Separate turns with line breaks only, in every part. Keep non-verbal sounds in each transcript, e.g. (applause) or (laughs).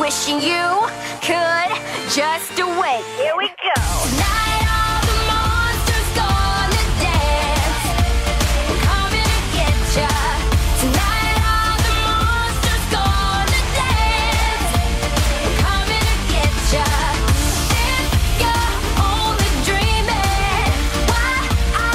wishing you could just wait. Here we go. Tonight all the monsters gonna dance. We're coming to get ya. Tonight all the monsters gonna dance. We're coming to get ya. If you're only dreaming, why I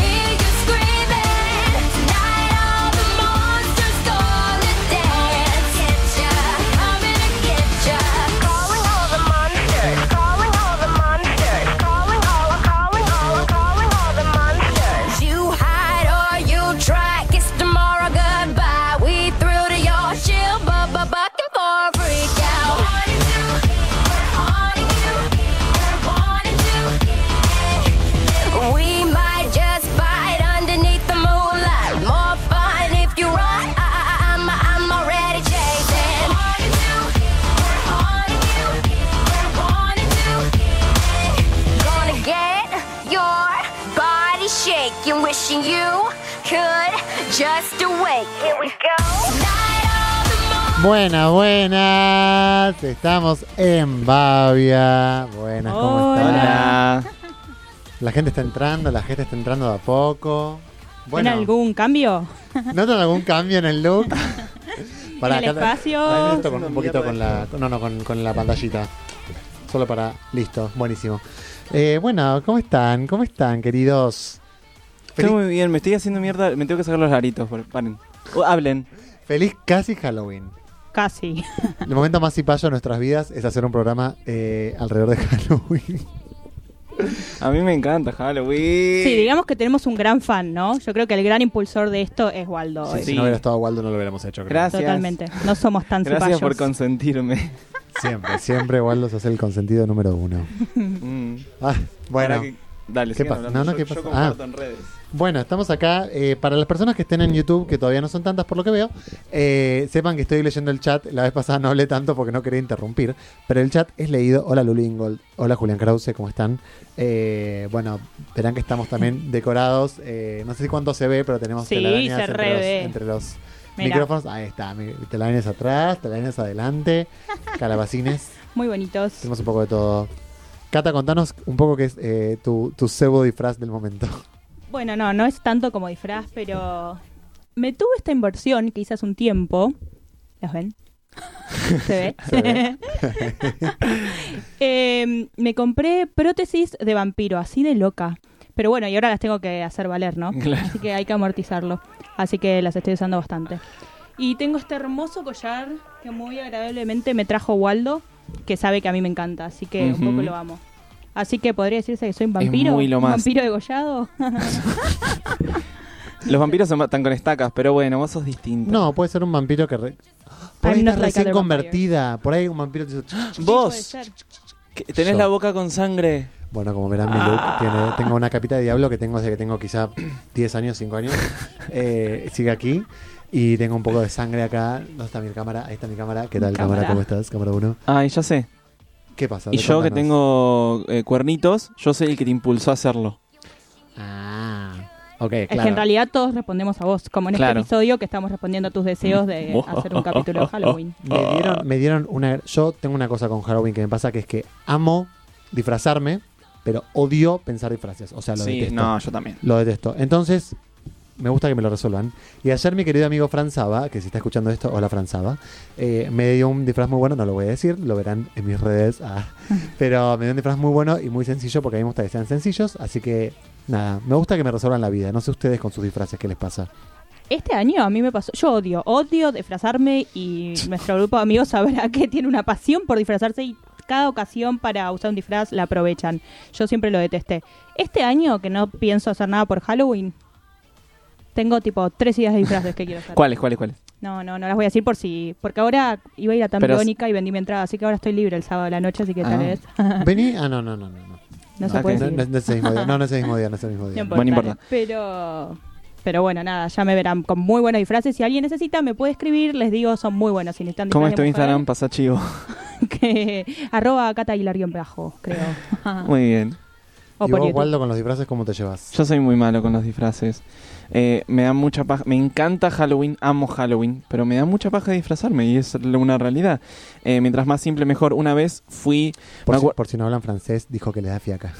hear you screaming. Tonight all the monsters gonna dance. Get ya. Coming to get ya. Calling all the monsters. Calling all the monsters. Calling all, calling all, calling all the monsters. You hide or you try. Kiss tomorrow goodbye. We threw to your chill, but but bucking for a freak out. Wanting to, we're haunting you. We're wanting to. We might just bite underneath the moonlight. More fun if you run. I, I, I'm, I'm already chasing. Wanting to, we're haunting you. We're wanting to. Gonna get your body shaking, wishing you could just awake. Here we go. Tonight all the
Buenas, buenas. Estamos en Bavia. Buenas, ¿cómo están?
Hola.
La gente está entrando, la gente está entrando de a poco. Bueno,
¿Tiene algún cambio?
¿notan algún cambio en el look?
(laughs)
(laughs)
En el
acá-
espacio.
acá esto con un poquito con la, no, no, con, con la pantallita. Solo para, listo, buenísimo. Eh, bueno, ¿cómo están? ¿Cómo están, queridos?
Estoy
Feliz,
muy bien, me estoy haciendo mierda, me tengo que sacar los aritos, por- paren. O hablen.
feliz casi Halloween.
Casi.
El momento más cipayo de nuestras vidas es hacer un programa eh, alrededor de (laughs) Halloween.
A mí me encanta Halloween.
Sí, digamos que tenemos un gran fan, ¿no? Yo creo que el gran impulsor de esto es Waldo.
Sí,
hoy.
Si no hubiera estado Waldo no lo hubiéramos hecho, creo.
Gracias.
Totalmente. No somos tan
Gracias por
cipayos.
consentirme.
Siempre, siempre Waldo se hace el consentido número uno.
(laughs) Mm.
Ah, bueno,
Ahora que- dale,
¿Qué
sigan
pasa?
hablando.
No, no,
yo,
¿qué
yo
pasa?
comparto
Ah.
en redes.
bueno, estamos acá. eh, para las personas que estén en YouTube, que todavía no son tantas por lo que veo, eh, sepan que estoy leyendo el chat. La vez pasada no hablé tanto porque no quería interrumpir, pero el chat es leído. Hola Luli Ingold, hola Julián Krause, ¿cómo están? Eh, bueno, verán que estamos
(laughs)
también decorados. eh, no sé cuánto se ve, pero tenemos
Sí,
telarañas
se
entre
re
los-
ve.
entre los
Mirá.
micrófonos. Ahí está, mi- telarañas atrás, telarañas
(laughs)
adelante, calabacines.
Muy bonitos.
Tenemos un poco de todo. Cata, contanos un poco qué es eh, tu, tu pseudo disfraz del
(laughs)
momento.
Bueno, no, no es tanto como disfraz, pero me tuve esta inversión que hice hace un tiempo. ¿Las
(laughs)
ven? ¿Se ve?
Se ve.
(laughs) Em, me compré prótesis de vampiro, así de loca. Pero bueno, y ahora las tengo que hacer valer, ¿no?
Claro.
Así que hay que amortizarlo. Así que las estoy usando bastante. Y tengo este hermoso collar que muy agradablemente me trajo Waldo, que sabe que a mí me encanta, así que un poco
Ujú.
lo amo. Así que podría decirse que soy un vampiro,
muy lo
un
más.
vampiro degollado.
Los vampiros son- están con estacas, pero bueno, vos sos distinto.
No, puede ser un vampiro que... re- Por ahí
I'm not
estás
like
recién
other
convertida. Por ahí un vampiro te dice... "Ah".
Vos,
Puede ser.
que tenés
Yo.
la boca con sangre.
Bueno, como verán, mi
Ah.
look tiene- tengo una capita de diablo que tengo desde que tengo quizá (clears throat) 10 años, 5
(laughs)
años. Eh, sigue aquí. Y tengo un poco de sangre acá. ¿Dónde está mi cámara? Ahí está mi cámara. ¿Qué tal, cámara?
Cámara.
¿Cómo estás? Cámara 1.
Ay, ya sé.
¿Qué pasa?
Y yo que
Contanos.
tengo eh, cuernitos, yo soy el que te impulsó a hacerlo.
Ah, ok, claro.
Es que en realidad todos respondemos a vos, como en
Claro. Mm.
este episodio que estamos respondiendo a tus deseos de
(laughs)
hacer un capítulo de Halloween.
Ah.
Me dieron, me dieron una. Yo tengo una cosa con Halloween que me pasa que es que amo disfrazarme, pero odio pensar disfraces. O sea, lo
sí,
detesto.
no, yo también.
Lo detesto. Entonces, me gusta que me lo resuelvan. Y ayer mi querido amigo Fran Saba, que si está escuchando esto, hola Fran Saba, eh, me dio un disfraz muy bueno, no lo voy a decir, lo verán en mis redes. ah. Pero me dio un disfraz muy bueno y muy sencillo porque a mí me gusta que sean sencillos. Así que, nada, me gusta que me resuelvan la vida. No sé ustedes con sus disfraces qué les pasa.
Este año a mí me pasó, yo odio, odio disfrazarme
(laughs)
y nuestro grupo de amigos sabrá (laughs) que tiene una pasión por disfrazarse y cada ocasión para usar un disfraz la aprovechan. Yo siempre lo detesté. Este año que no pienso hacer nada por Halloween, tengo tipo tres ideas de disfraces que quiero hacer.
¿Cuáles, cuáles, cuáles?
No, no, no las voy a decir por si, porque ahora iba a ir a Tambrónica y vendí mi entrada, así que ahora estoy libre el sábado de la noche, así que
Ah.
tal vez (laughs)
Vení. Ah, no, no, no, no. no.
no
Ah,
se puede
no,
decir.
no, no es el mismo día, no, no es el mismo día, no es el mismo día.
(laughs) No
Bueno,
importa.
importa.
Pero, pero bueno, nada, ya me verán con muy buenos disfraces. Si alguien necesita, me puede escribir. Les digo, son muy buenos. Si necesitan
¿Cómo es
disfraz
tu
de mujer, (laughs)
Instagram? Pasa chivo. (laughs)
Que, arroba Cata Aguilar guión bajo, creo.
Muy bien.
O
y
por
vos,
YouTube.
Waldo, con los disfraces, ¿cómo te llevas?
Yo soy muy malo con los disfraces. Eh, me da mucha paja. Me encanta Halloween, amo Halloween, pero me da mucha paja disfrazarme y es una realidad. Eh, mientras más simple, mejor. Una vez fui.
Por
me
si,
acuer-
por si no hablan francés, dijo que le da fiaca.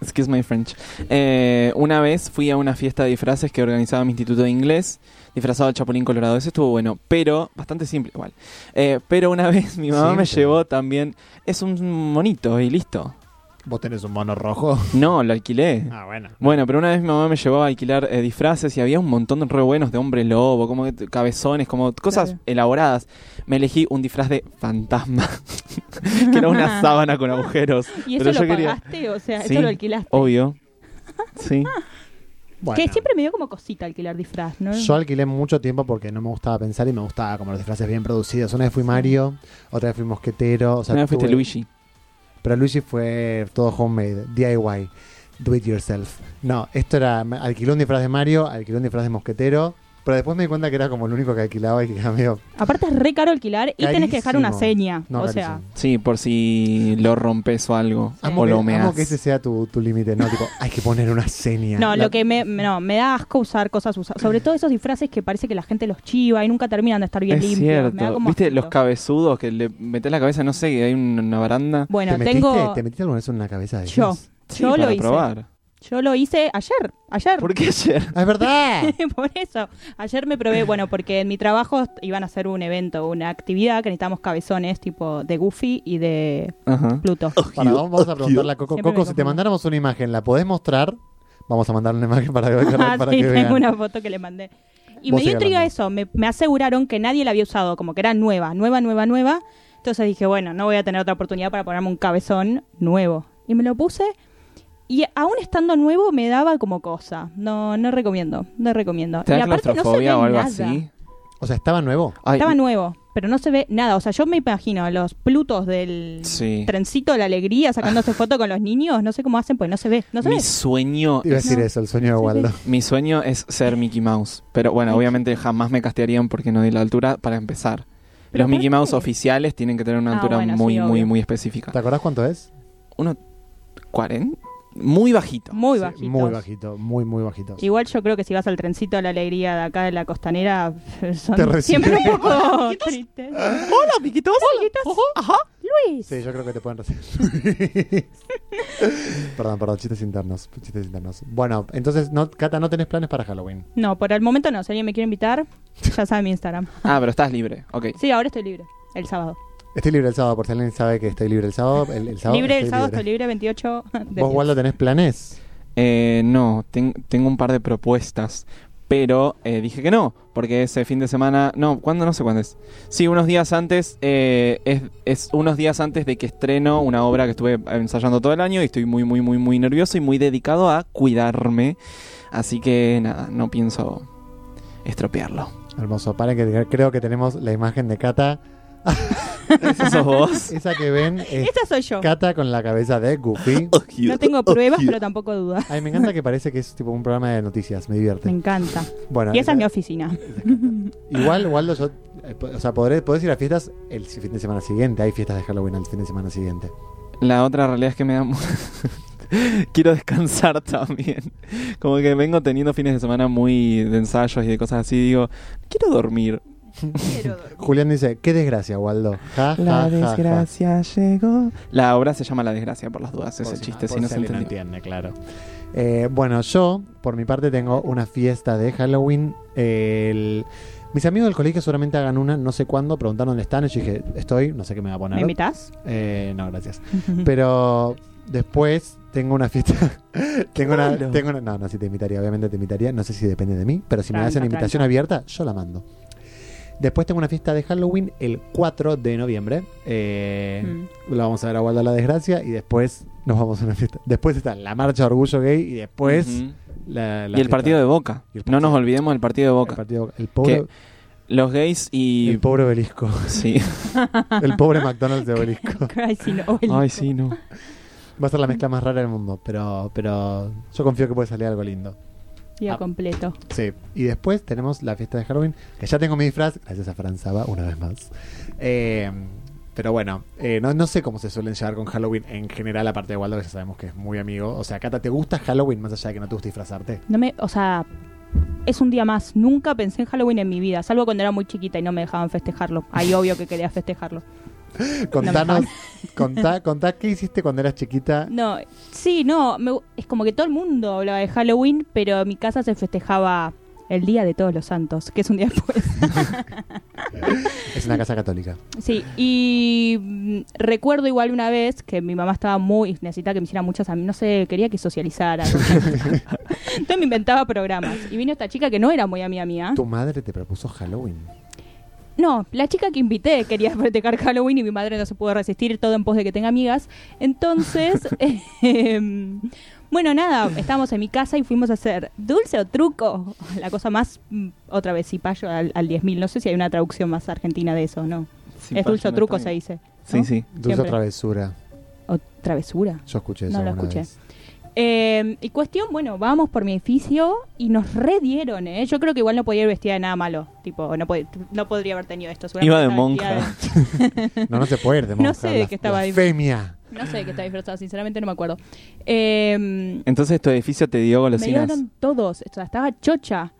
Excuse my French. Eh, una vez fui a una fiesta de disfraces que organizaba mi instituto de inglés, disfrazado de Chapulín Colorado. Ese estuvo bueno, pero bastante simple igual. Eh, pero una vez mi mamá me
Simple.
llevó también. Es un monito y listo.
¿Vos tenés un mono (laughs) rojo?
No, lo alquilé.
Ah, bueno.
Bueno, pero una vez mi mamá me llevó a alquilar eh, disfraces y había un montón de re buenos de hombre lobo, como que t- cabezones, como cosas
Claro.
elaboradas. Me elegí un disfraz de fantasma, (laughs) que
(laughs)
era una sábana con agujeros.
¿Y eso
pero
lo
yo quería.
pagaste? O sea,
Sí,
¿eso lo alquilaste? (laughs)
Obvio. Sí.
Bueno.
Que siempre me dio como cosita alquilar disfraz, ¿no?
Yo alquilé mucho tiempo porque no me gustaba pensar y me gustaba como los disfraces bien producidos. Una vez fui Mario, otra vez fui Mosquetero. O sea,
una vez fuiste
tuve-
Luigi.
Pero Luigi fue todo homemade, DIY, do it yourself. No, esto era, me alquilé un disfraz de Mario, alquilé un disfraz de Mosquetero, pero después me di cuenta que era como el único que alquilaba y que era medio...
Aparte es re caro alquilar y tenés que dejar una
Carísimo.
seña.
No,
o sea,
carísimo.
Sí, por si lo rompes o algo.
Amo
o
que,
lo
amo
meas.
que ese sea tu, tu límite, ¿no? tipo, hay que poner una seña.
no,
La-
lo que me, me- no, me da asco usar cosas usadas. Sobre todo esos disfraces que parece que la gente los chiva y nunca terminan de estar bien
Es
limpios. Me da
cierto.
como
¿Viste
asquito.
los cabezudos que le metes la cabeza? No sé, que hay un- una baranda.
Bueno,
¿Te metiste,
tengo.
¿Te metiste alguna vez en una cabeza de
Yo.
ellos?
Sí,
yo
para
lo hice.
probar.
Yo lo hice ayer. Ayer.
¿Por qué ayer?
Ah, ¡Es verdad!
(laughs)
(laughs)
Por eso, ayer me probé, bueno, porque en mi trabajo iban a hacer un evento, una actividad que necesitábamos cabezones tipo de Goofy y de
Ajá.
Pluto. (laughs)
Para, vamos, vamos a preguntarle a Coco.
Siempre me
Coco, si te
confundo.
mandáramos una imagen, ¿la podés mostrar? Vamos a mandar una imagen
(laughs)
para que, para
Ah, sí,
que
tengo
vean.
una foto que le mandé. Y
Vos
me dio
sigue
intriga
hablando.
eso, me, me aseguraron que nadie la había usado, como que era nueva, nueva, nueva, nueva. Entonces dije, bueno, no voy a tener otra oportunidad para ponerme un cabezón nuevo. Y me lo puse y aún estando nuevo me daba como cosa. No, no recomiendo, no recomiendo.
¿Te
y
da
aparte no se ve
claustrofobia o algo
nada.
así?
O sea, estaba nuevo.
Ay,
Estaba nuevo, pero no se ve nada. O sea, yo me imagino a los plutos del
Sí.
trencito de la alegría sacándose foto con los niños. No sé cómo hacen, pues no se ve. No se
mi
ve.
sueño
Te Iba a decir
No.
eso, el sueño de
Sí,
Waldo.
mi sueño es ser Mickey Mouse pero bueno obviamente jamás me castearían porque no di la altura para empezar
¿Pero
los
por
Mickey
qué?
Mouse oficiales tienen que tener una
Ah,
altura
bueno, sí,
muy muy
obvio.
muy específica
¿Te acordás cuánto es?
uno 40 muy bajito
Muy
Sí,
bajito.
Muy bajito, muy, muy bajito.
Igual yo creo que si vas al trencito de la alegría de acá de la costanera, (laughs) son
Te reciben.
siempre un
(laughs)
poco tristes.
hola miquitos ajá
Luis.
Sí, yo creo que te pueden recibir.
(laughs)
perdón, perdón, chistes internos, chistes internos. Bueno, entonces, no, Cata, no tenés planes para Halloween.
No, por el momento no. Si alguien me quiere invitar, ya sabe mi Instagram.
ah pero estás libre ok
Sí, ahora estoy libre. El sábado.
Estoy libre el sábado, por si alguien sabe que estoy libre el sábado. El, el sábado
libre el
estoy
sábado,
libre.
estoy libre 28 de
¿Vos,
diez.
Waldo, tenés planes?
Eh, no ten- tengo un par de propuestas pero eh, dije que no porque ese fin de semana no cuándo no sé cuándo es sí unos días antes eh, es, es unos días antes de que estreno una obra que estuve ensayando todo el año y estoy muy muy muy muy nervioso y muy dedicado a cuidarme así que nada no pienso estropearlo
Hermoso, para que creo que tenemos la imagen de Cata.
eso sos vos
Esa que
(laughs)
ven es
Esa soy yo.
Cata con la cabeza de
(laughs)
Goofy.
No tengo
(laughs)
pruebas, pero tampoco dudas.
Ay, me encanta que parece que es tipo un programa de noticias, me
Me
divierte.
encanta.
Bueno, eh,
Y esa es mi oficina.
Igual, Waldo, yo, eh, po- o sea, podré, podés ir a fiestas el fin de semana siguiente. Hay fiestas de Halloween el fin de semana siguiente.
la otra realidad es que me da mu- (laughs) quiero descansar también (laughs) como que vengo teniendo fines de semana muy de ensayos y de cosas así digo quiero dormir
Julián dice, qué desgracia, Waldo. Ja, ja, ja, ja.
llegó. La obra se llama La desgracia por las dudas,
Por
ese
si
chiste,
por
si no
si
se
alguien
entendió.
entiende, claro. Eh, bueno, yo, por mi parte, tengo una fiesta de Halloween. El- Mis amigos del colegio seguramente hagan una, no sé cuándo, preguntaron dónde están. Y yo dije, estoy, no sé qué me va a poner.
¿Me
(laughs)
invitas? (laughs)
Eh, no, gracias. Pero después tengo una fiesta. (laughs) tengo, una,
malo.
tengo una. No, no, si te invitaría, obviamente te invitaría. No sé si depende de mí, pero si me
Tranca,
hacen invitación abierta, yo la mando. Después tengo una fiesta de Halloween el 4 de noviembre. Eh, La vamos a ver a Waldo la Desgracia y después nos vamos a una fiesta. Después está la marcha Orgullo Gay y después
Ujú.
la,
y el partido de Boca.
Y el
No nos
partido-
olvidemos del partido de
El,
Boca.
partido de Boca. el pobre,
Los gays y.
el pobre
(laughs)
obelisco. (laughs)
Sí.
el pobre McDonald's de obelisco.
Crazy Novel.
Ay, sí, no.
Va a ser la mezcla más rara del mundo, pero, pero yo confío que puede salir algo lindo.
Día
Ah.
completo.
Sí, y después tenemos la fiesta de Halloween, que ya tengo mi disfraz, gracias a Fran Saba, una vez más. Eh, Pero bueno, eh, no, no sé cómo se suelen llevar con Halloween en general, aparte de Waldo, que ya sabemos que es muy amigo. O sea, Cata, ¿te gusta Halloween más allá de que no te gusta disfrazarte?
No me, o sea, es un día más. Nunca pensé en Halloween en mi vida, salvo cuando era muy chiquita y no me dejaban festejarlo.
(laughs)
Ahí obvio que quería festejarlo.
Contanos, contá, contá qué hiciste cuando eras chiquita.
No, sí, no, me- es como que todo el mundo hablaba de Halloween, pero en mi casa se festejaba el Día de Todos los Santos, que es un día después.
(laughs)
Es una casa católica.
Sí, y mm, recuerdo igual una vez que mi mamá estaba muy, necesitaba que me hiciera muchas, am- no sé, quería que socializara. Entonces me inventaba programas. Y vino esta chica que no era muy amiga mía.
Tu madre te propuso Halloween.
No, la chica que invité quería festejar Halloween y mi madre no se pudo resistir, todo en pos de que tenga amigas. Entonces, em, bueno, nada, estábamos en mi casa y fuimos a hacer dulce o truco. La cosa más, mm, otra vez, cipayo al, al 10.000. No sé si hay una traducción más argentina de eso, ¿no? es dulce o truco, se dice.
Sí,
¿no?
sí.
Dulce o
Siempre.
travesura.
O travesura.
Yo escuché eso
No lo
alguna
escuché.
vez.
Eh, y cuestión, bueno, vamos por mi edificio y nos redieron, ¿eh? Yo creo que igual no podía ir vestida de nada malo. Tipo, no, pod- no podría haber tenido esto. seguramente
Iba de
estaba
monja.
vestida de-
(laughs) No, no se puede ir de monja.
No sé de
la-
qué estaba ahí.
blasfemia.
No sé de qué está disfrazada, sinceramente no me acuerdo. Eh, me
Entonces tu edificio te dio golosinas.
dieron todos. O sea, estaba chocha.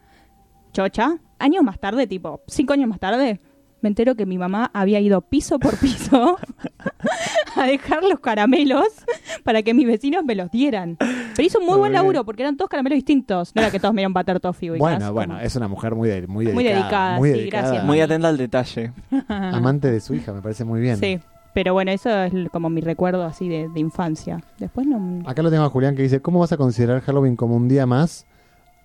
¿Chocha? Años más tarde, tipo, cinco años más tarde, me entero que mi mamá había ido piso por
(laughs)
piso a dejar los caramelos para que mis vecinos me los dieran. Pero hizo muy
Muy
buen
bien.
laburo porque eran todos caramelos distintos. No era que todos me dieron butter toffee. ubicás,
Bueno, bueno,
como-
es una mujer muy, de- muy dedicada.
Muy dedicada,
muy
sí,
dedicada.
gracias.
Muy atenta al detalle.
Amante de su hija, me parece muy bien.
Sí, pero bueno, eso es l- como mi recuerdo así de, de infancia. Después no... mm,
Acá lo tengo a Julián que dice, ¿cómo vas a considerar Halloween como un día más?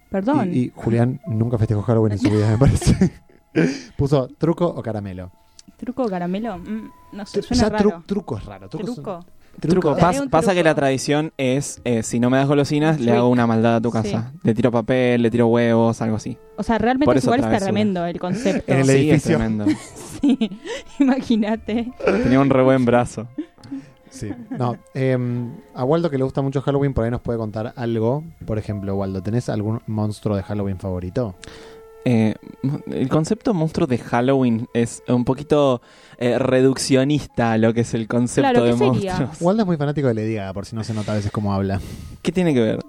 Perdón.
Y, y Julián nunca festejó Halloween en su vida, me parece. (laughs) Puso truco o caramelo.
¿Truco o caramelo? Mm, no sé,
Tru-
suena
ya tru-
raro.
truco es raro. Truco. es un-
¿Truco?
truco.
Te
Pas-
haré un
pasa
truco.
que la tradición es, eh, si no me das golosinas, le
Trick.
hago una maldad a tu casa. Le tiro papel, le tiro huevos, algo así.
O sea, realmente
Por
es
eso
igual está
travesura.
tremendo el concepto.
En el
sí, es
edificio.
tremendo.
Sí, (laughs) imagínate.
Tenía un re buen brazo.
Sí. No, eh, a Waldo que le gusta mucho Halloween, por ahí nos puede contar algo. Por ejemplo, Waldo, ¿tenés algún monstruo de Halloween favorito?
Eh, mu- el concepto monstruo de Halloween es un poquito eh, reduccionista a lo que es el concepto
Claro, ¿qué
de
sería?
monstruos.
Waldo es muy fanático de Lady Gaga, por si no se nota a veces cómo habla.
¿Qué tiene que ver?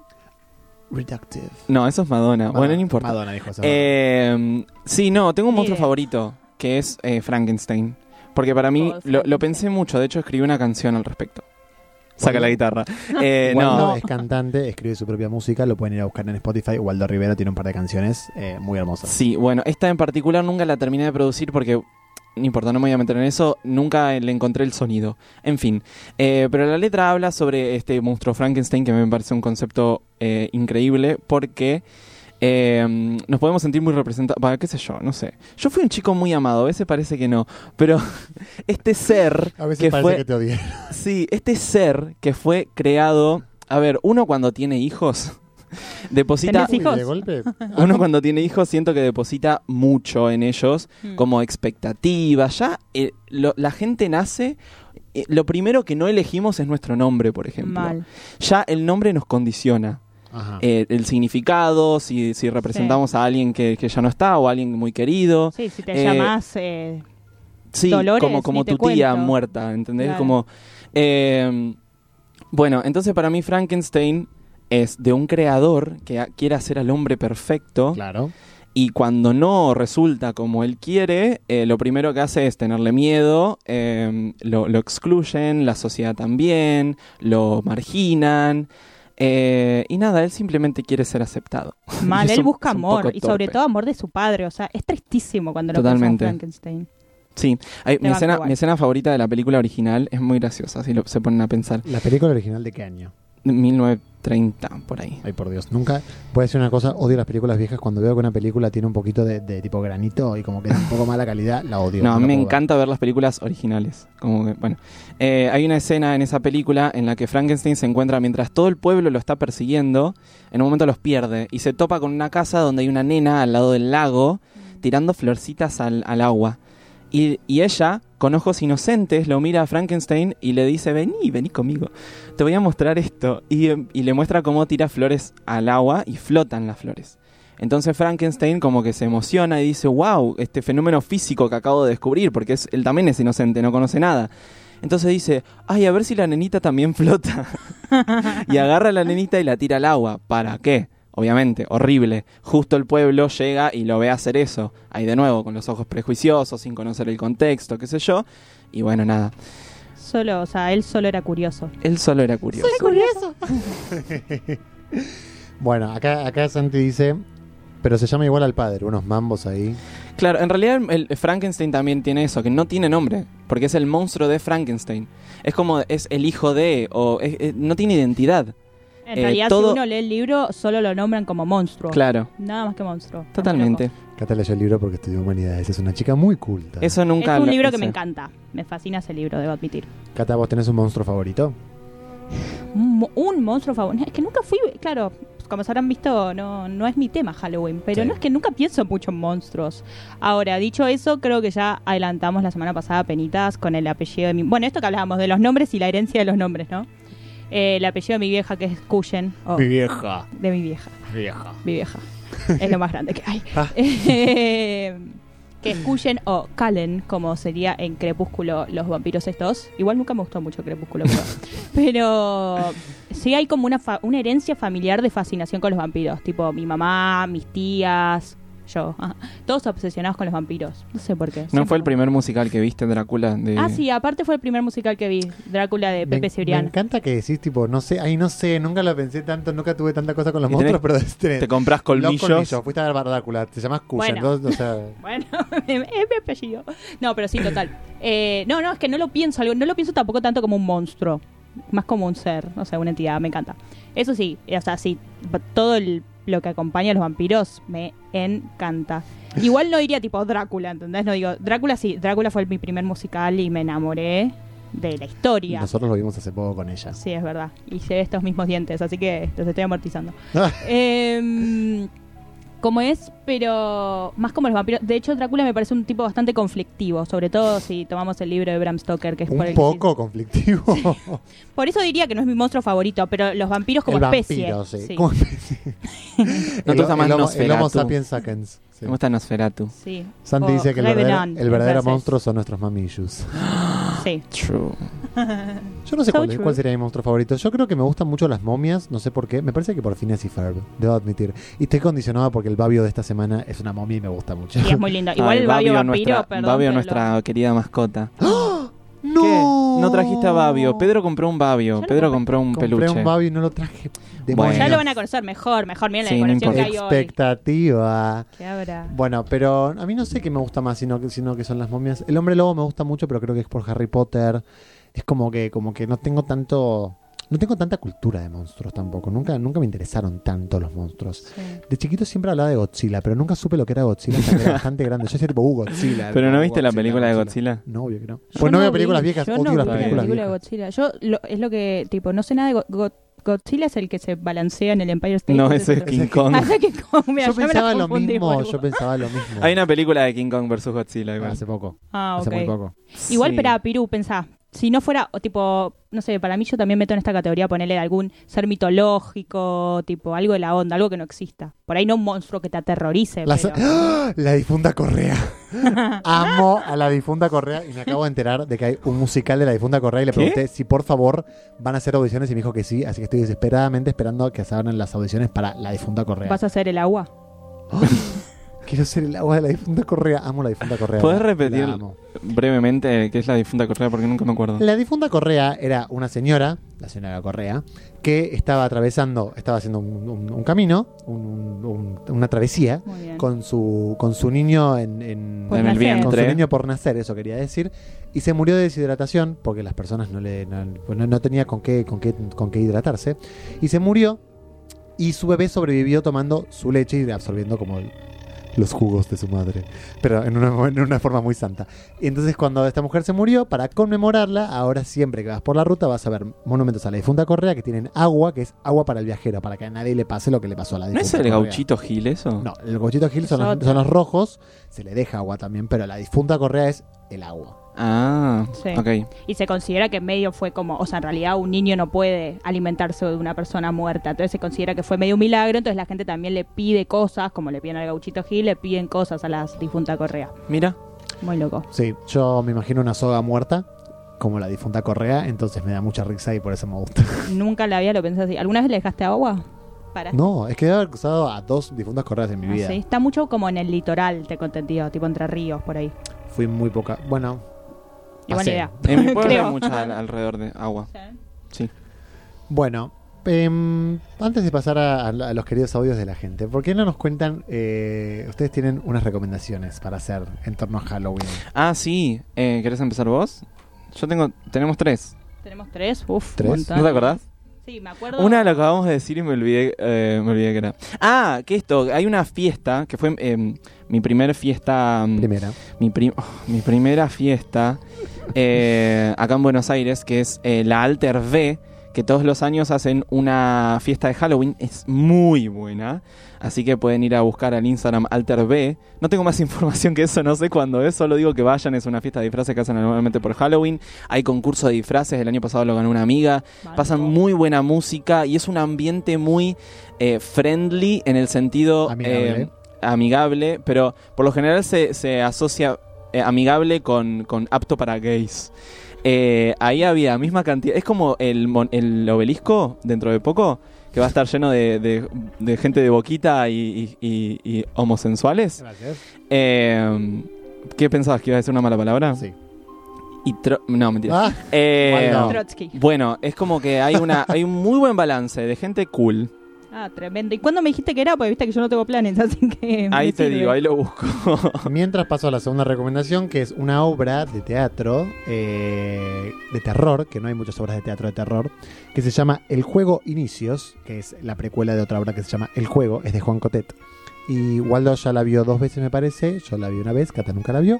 Reductive.
No, eso es Madonna. bueno, no importa.
Madonna dijo eso.
Eh, sí, no, tengo un
Ni
monstruo
idea.
favorito, que es eh, Frankenstein. Porque para mí
Oh,
lo, lo
Frankenstein.
pensé mucho, de hecho escribí una canción al respecto. Saca la guitarra. Eh,
Waldo
no,
es cantante, escribe su propia música, lo pueden ir a buscar en Spotify. Waldo Rivera tiene un par de canciones eh, muy hermosas.
sí, bueno, esta en particular nunca la terminé de producir porque, no importa, no me voy a meter en eso, nunca le encontré el sonido. En fin, eh, pero la letra habla sobre este monstruo Frankenstein que me parece un concepto eh, increíble porque... eh, nos podemos sentir muy representados. Bah, qué sé yo, no sé. Yo fui un chico muy amado, a veces parece que no. Pero (laughs) este ser.
(laughs) A veces
que
parece
fue,
que te
(laughs)
odié.
Sí, este ser que fue creado. A ver, uno cuando tiene hijos (laughs) deposita.
¿Tenés hijos?
de golpe.
Uno cuando tiene hijos siento que deposita mucho en ellos,
Mm.
como expectativa. Ya eh, lo- la gente nace. eh, lo primero que no elegimos es nuestro nombre, por ejemplo.
Mal. Ah.
Ya el nombre nos condiciona.
Ajá.
eh, el significado, si, si representamos a alguien que, que ya no está o a alguien muy querido.
Sí, si te
Eh,
llamas... eh,
Sí,
Dolores,
como,
ni
como
te
tu tía
cuento.
muerta, ¿entendés?
Claro.
Como. eh, bueno, entonces para mí Frankenstein es de un creador que a- quiere hacer al hombre perfecto
Claro.
y cuando no resulta como él quiere, eh, lo primero que hace es tenerle miedo, eh, lo, lo excluyen, la sociedad también, lo marginan. eh, y nada, él simplemente quiere ser aceptado.
mal,
Es
él
un-
busca
es un
amor.
poco
Y sobre
torpe.
todo amor de su padre. O sea, es tristísimo cuando lo pensás en
Totalmente.
Frankenstein.
Sí, Ay,
Te
mi,
banco
escena,
igual.
mi escena favorita de la película original es muy graciosa, si lo, se ponen a pensar.
¿La película original de qué año?
1930, por ahí.
Ay, por Dios. Nunca. Voy a decir una cosa. Odio las películas viejas. Cuando veo que una película tiene un poquito de, de tipo granito y como que es un poco mala calidad, la odio.
No, a mí
la
me
puedo ver.
encanta ver las películas originales. Como que, bueno. Eh, hay una escena en esa película en la que Frankenstein se encuentra mientras todo el pueblo lo está persiguiendo. En un momento los pierde y se topa con una casa donde hay una nena al lado del lago tirando florcitas al, al agua. Y, y ella, con ojos inocentes, lo mira a Frankenstein y le dice: Vení, vení conmigo. Te voy a mostrar esto. Y, eh, y le muestra cómo tira flores al agua y flotan las flores. Entonces Frankenstein como que se emociona y dice, wow, este fenómeno físico que acabo de descubrir, porque es, él también es inocente, no conoce nada. Entonces dice, ay, a ver si la nenita también (laughs) flota. y agarra a la nenita y la tira al agua. ¿Para qué? Obviamente, horrible. Justo el pueblo llega y lo ve hacer eso. Ahí de nuevo, con los ojos prejuiciosos, sin conocer el contexto, qué sé yo. Y bueno, nada.
Solo, o sea, él solo era curioso.
Él solo era curioso.
curioso?
Bueno, acá, acá Santi dice, pero se llama igual al padre, unos mambos ahí.
Claro, en realidad el, el Frankenstein también tiene eso, que no tiene nombre, porque es el monstruo de Frankenstein. Es como, es el hijo de, o es- es- no tiene identidad.
En
Eh,
realidad,
todo-
si uno lee el libro, solo lo nombran como monstruo.
Claro,
Nada más que monstruo.
totalmente.
Cata leyó el libro porque estudió humanidades, es una chica muy culta.
Eso
Es
nunca
un
lo-
libro que
sí.
me encanta. Me fascina ese libro, debo admitir.
Cata, ¿vos tenés un monstruo favorito?
Un, mo- un monstruo favorito. Es que nunca fui, claro, pues como se habrán visto, no, no es mi tema Halloween, pero
Sí.
no es que nunca pienso mucho en monstruos. Ahora, dicho eso, creo que ya adelantamos la semana pasada penitas con el apellido de mi... Bueno, esto que hablábamos de los nombres y la herencia de los nombres, ¿no? Eh, el apellido de mi vieja, que es Cushen. o
vieja.
de mi vieja.
Vieja.
mi vieja. Es lo más grande que hay.
Ah.
(laughs) Eh, que escuchen o calen, como sería en Crepúsculo los vampiros estos. Igual nunca me gustó mucho Crepúsculo, pero, pero sí hay como una, fa- una herencia familiar de fascinación con los vampiros. Tipo mi mamá, mis tías, yo. (laughs) ajá. Todos obsesionados con los vampiros. No sé por qué.
No
Siempre-
fue el primer musical que viste, Drácula. De...
Ah, sí, aparte fue el primer musical que vi, Drácula de
Me,
Eh, Pepe
me
Cibrián.
encanta que decís, tipo, no sé, ay, no sé, nunca lo pensé tanto, nunca tuve tanta cosa con los
Y tenés-
monstruos, pero tenés-
Te compras colmillos.
Los colmillos, fuiste a ver Bardácula, te llamas Cuya,
Bueno.
entonces, o sea,
(laughs) Bueno, es mi apellido. No, pero sí, total. Eh, no, no, es que no lo pienso, algo- no lo pienso tampoco tanto como un monstruo, más como un ser, o sea, una entidad, me encanta. Eso sí, eh, o sea, sí, pa- todo el- lo que acompaña a los vampiros me encanta. Igual no diría tipo Drácula, ¿entendés? No digo, Drácula sí, Drácula fue mi primer musical y me enamoré de la historia.
nosotros lo vimos hace poco con ella.
Sí, es verdad. Hice estos mismos dientes, así que los estoy amortizando. Em, como es, pero más como los vampiros. De hecho, Drácula me parece un tipo bastante conflictivo, sobre todo si tomamos el libro de Bram Stoker, que es por
(laughs) Un
el-
poco conflictivo. (laughs)
Por eso diría que no es mi monstruo favorito, pero los vampiros como
el
especie.
vampiro, sí.
sí.
Como
(laughs)
especie.
No te
el,
gusta más
el homo, el
Nosferatu.
homo sapiens sapiens. sí.
Me gusta Nosferatu.
Sí.
Santi
O
dice que el verdadero,
Revenant,
el verdadero
en francés.
monstruo son nuestros mamillus.
Sí.
True.
Yo no sé
So
cuál,
true.
cuál sería mi monstruo favorito. Yo creo que me gustan mucho las momias, no sé por qué. Me parece que por fin es Ferb, debo admitir. Y estoy condicionado porque el babio de esta semana es una momia y me gusta mucho. (laughs)
Y es muy lindo. Igual
Ay,
el Babio vampiro,
nuestra,
perdón,
Babio,
pero
nuestra
lo-
querida mascota.
¡Ah! ¡No!
¿Qué? No trajiste a Babio. Pedro compró un Babio.
Yo no
Pedro
compré-
compró un
Compré
peluche.
un babio y no lo traje.
Bueno.
Ya
Demonios.
lo van a conocer mejor, mejor. Miren
Sí, no
la decoración que hay hoy.
Expectativa.
¿Qué habrá?
Bueno, pero a mí no sé qué me gusta más, sino que, sino que son las momias. El hombre lobo me gusta mucho, pero creo que es por Harry Potter. Es como que, como que no tengo tanto. No tengo tanta cultura de monstruos tampoco. Nunca, nunca me interesaron tanto los monstruos. De chiquito siempre hablaba de Godzilla, pero nunca supe lo que era Godzilla hasta que
(laughs)
era bastante grande. Yo decía tipo, uh, Godzilla.
Pero no viste la
Godzilla,
película de Godzilla.
No, obvio que no.
Yo
Pues no, veo
vi-
películas viejas,
yo
odio
no
las
vi la
películas
película de
viejas.
Godzilla. Yo lo- es lo que, tipo, no sé nada de Go- Go- Godzilla, es el que se balancea en el Empire State.
No, ese es King Kong.
(laughs) Ah, ese es King Kong. Mira,
Yo
ya me la
pensaba lo
confundí,
mismo,
boludo.
yo pensaba lo mismo.
Hay una película de King Kong vs. Godzilla igual.
Hace poco,
Ah,
hace muy
ok.
poco.
Igual,
Sí.
pero a Pirú, pensá. Si no fuera, o tipo, no sé, para mí yo también meto en esta categoría ponerle algún ser mitológico, tipo, algo de la onda, algo que no exista. Por ahí no un monstruo que te aterrorice.
La,
pero-
(gasps) ¡Ah! La difunda
(laughs)
Correa. Amo a la difunda Correa y me acabo de enterar de que hay un musical de la difunda Correa y le
¿Qué?
pregunté si por favor van a hacer audiciones y me dijo que sí, así que estoy desesperadamente esperando que se abran las audiciones para la difunda Correa.
Vas a hacer el agua.
Quiero ser el agua de la difunda Correa, amo la difunda Correa.
¿Podés
La
repetir?
amo.
Brevemente, que es la difunta correa porque nunca me acuerdo.
La difunta Correa era una señora, la señora Correa, que estaba atravesando, estaba haciendo un, un- un camino, un- un- una travesía
Muy bien.
con su, con su niño en- en,
Por
en el
nacer.
con
vientre.
su niño por nacer, eso quería decir, y se murió de deshidratación porque las personas no le no, pues no- no tenía con qué, con qué con qué hidratarse y se murió y su bebé sobrevivió tomando su leche y absorbiendo como el- los jugos de su madre, pero en una, en una forma muy santa. Y entonces cuando esta mujer se murió, para conmemorarla, ahora siempre que vas por la ruta vas a ver monumentos a la difunta Correa que tienen agua, que es agua para el viajero, para que a nadie le pase lo que le pasó a la
¿No
difunta
es el
Correa.
gauchito Gil eso?
No, el gauchito Gil son
Es
los,
otro.
son los rojos, se le deja agua también, pero la difunta Correa es el agua.
Ah,
Sí.
ok.
Y se considera que medio fue como, o sea, en realidad un niño no puede alimentarse de una persona muerta, entonces se considera que fue medio un milagro, entonces la gente también le pide cosas, como le piden al gauchito Gil, le piden cosas a las difunta Correa.
Mira.
Muy loco.
Sí, yo me imagino una soga muerta, como la difunta Correa, entonces me da mucha risa y por eso me
(laughs)
gusta.
Nunca la había lo pensé así. ¿Alguna vez le dejaste agua? Para.
No, es que he acusado a dos difuntas Correas en mi
Ah,
vida.
sí. Está mucho como en el litoral, te contentío, tipo entre ríos, por ahí.
Fui muy poca. Bueno,
Y buena
Ah, sí.
idea. (laughs)
En mi pueblo
Creo.
hay mucha al- alrededor de agua. Sí.
Bueno, em, antes de pasar a, a la- a los queridos audios de la gente, ¿por qué no nos cuentan? eh, ustedes tienen unas recomendaciones para hacer en torno a Halloween.
Ah, sí. Eh, ¿Querés empezar vos? Yo tengo. Tenemos tres.
Tenemos tres, uf,
¿Tres?
un montón.
¿No te acordás?
Sí, me acuerdo.
Una la acabamos de decir y me olvidé, eh, me olvidé que era. Ah, que esto, hay una fiesta que fue em, mi primera fiesta. em,
Primera.
mi, prim- oh, mi primera fiesta eh, acá en Buenos Aires, que es eh, la Alter V, que todos los años hacen una fiesta de Halloween. Es muy buena. Así que pueden ir a buscar al Instagram Alter V. No tengo más (laughs) información que eso, no sé cuándo es. Solo digo que vayan, es una fiesta de disfraces que hacen normalmente por Halloween. Hay concurso de disfces, el año pasado lo ganó una amiga.
Banco.
Pasan muy buena música y es un ambiente muy eh, friendly en el sentido
Amigable.
eh, amigable, pero por lo general se, se asocia eh, amigable con, con apto para gays. Eh, ahí había misma cantidad, es como el, mon- el obelisco dentro de poco, que va a estar lleno de, de- de gente de boquita y, y- y- y homosensuales.
Gracias.
Eh, ¿Qué pensabas que iba a decir una mala palabra?
Sí.
Y tro- no, mentira.
Ah,
Eh,
Bueno.
Trotsky.
bueno, es como que hay una hay un muy buen balance de gente cool.
Ah, tremendo. ¿Y cuándo me dijiste que era? Porque viste que yo no tengo planes, (laughs) así que. me
Ahí te
sirve.
digo, ahí lo busco.
mientras paso a la segunda recomendación, que es una obra de teatro eh, de terror, que no hay muchas obras de teatro de terror, que se llama El Juego Inicios, que es la precuela de otra obra que se llama El Juego, es de Juan Cotet. Y Waldo ya la vio dos veces, me parece. Yo la vi una vez, Cata nunca la vio.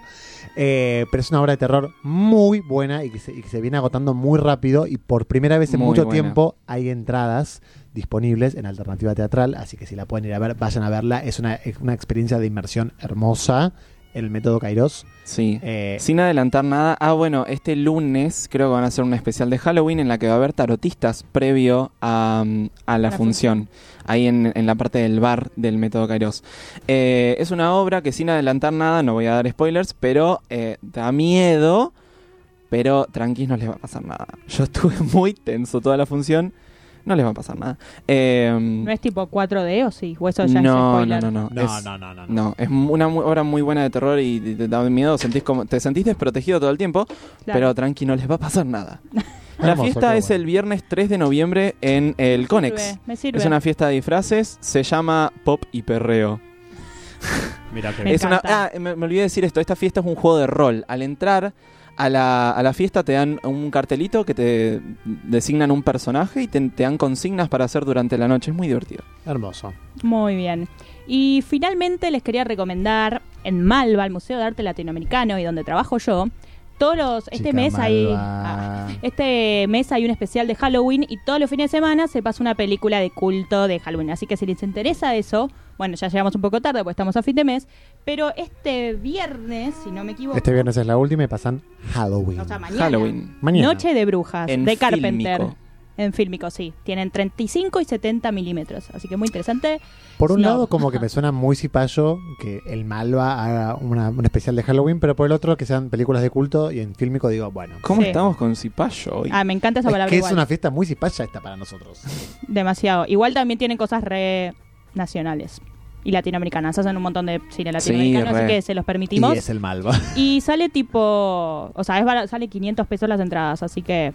Eh, pero es una obra de terror muy buena y que, se, y que se viene agotando muy rápido. Y por primera vez en
Muy
mucho
buena.
tiempo hay entradas disponibles en Alternativa Teatral. Así que si la pueden ir a ver, vayan a verla. Es una, es una experiencia de inmersión hermosa. El método Kairos.
Sí.
Eh,
Sin adelantar nada, ah bueno, este lunes creo que van a hacer un especial de Halloween en la que va a haber tarotistas previo a, mm, a
La
la función, ahí en, en la parte del bar del método Kairos. Eh, es una obra que sin adelantar nada, no voy a dar spoilers, pero eh, da miedo, pero tranquilos no les va a pasar nada. Yo estuve (laughs) muy tenso toda la función, no les va a pasar nada. Eh,
¿No es tipo 4D o sí? ¿O eso ya es spoiler?
No, no, no.
no,
es,
no, no, no, no.
no, es mu- una mu- obra muy buena de terror y te, te da miedo, sentís como, te sentís desprotegido todo el tiempo, pero
Claro.
tranqui, no les va a
(laughs)
pasar nada. La
Hermoso,
fiesta
qué
es
bueno.
el viernes 3 de noviembre en el
Me
Conex.
sirve, me sirve.
Es una fiesta de disfraces, se llama Pop y Perreo.
Mira qué
Me
bien.
es una,
encanta.
ah, me, me olvidé decir esto, esta fiesta es un juego de rol. Al entrar a la, a la fiesta te dan un cartelito que te designan un personaje y te, te dan consignas para hacer durante la noche. Es muy divertido.
Hermoso.
Muy bien. Y finalmente les quería recomendar en Malva, el Museo de Arte Latinoamericano y donde trabajo yo, todos los. Este
Chica
mes hay. Ah,
malva.
Este mes hay un especial de Halloween y todos los fines de semana se pasa una película de culto de Halloween. Así que si les interesa eso, bueno, ya llegamos un poco tarde porque estamos a fin de mes, pero este viernes, si no me equivoco,
Este viernes es la última y pasan Halloween.
o sea, mañana,
Halloween.
Mañana.
Noche de Brujas
En
de Carpenter.
Fílmico.
En fílmico, sí. Tienen 35 y 70 milímetros. Así que muy interesante.
Por un
No.
lado, como que me suena muy cipayo que el Malva haga una, un especial de Halloween, pero por el otro, que sean películas de culto y en fílmico digo, bueno.
¿Cómo
Sí.
estamos con Cipayo hoy?
Ah, me encanta esa
Es
palabra.
que es
igual.
una fiesta muy cipaya esta para nosotros.
Demasiado. Igual también tienen cosas re nacionales y latinoamericanas. Hacen un montón de cine latinoamericano, así
re.
que se los permitimos.
Y es el Malva.
Y sale tipo. O sea, es bara- sale 500 pesos las entradas, así que.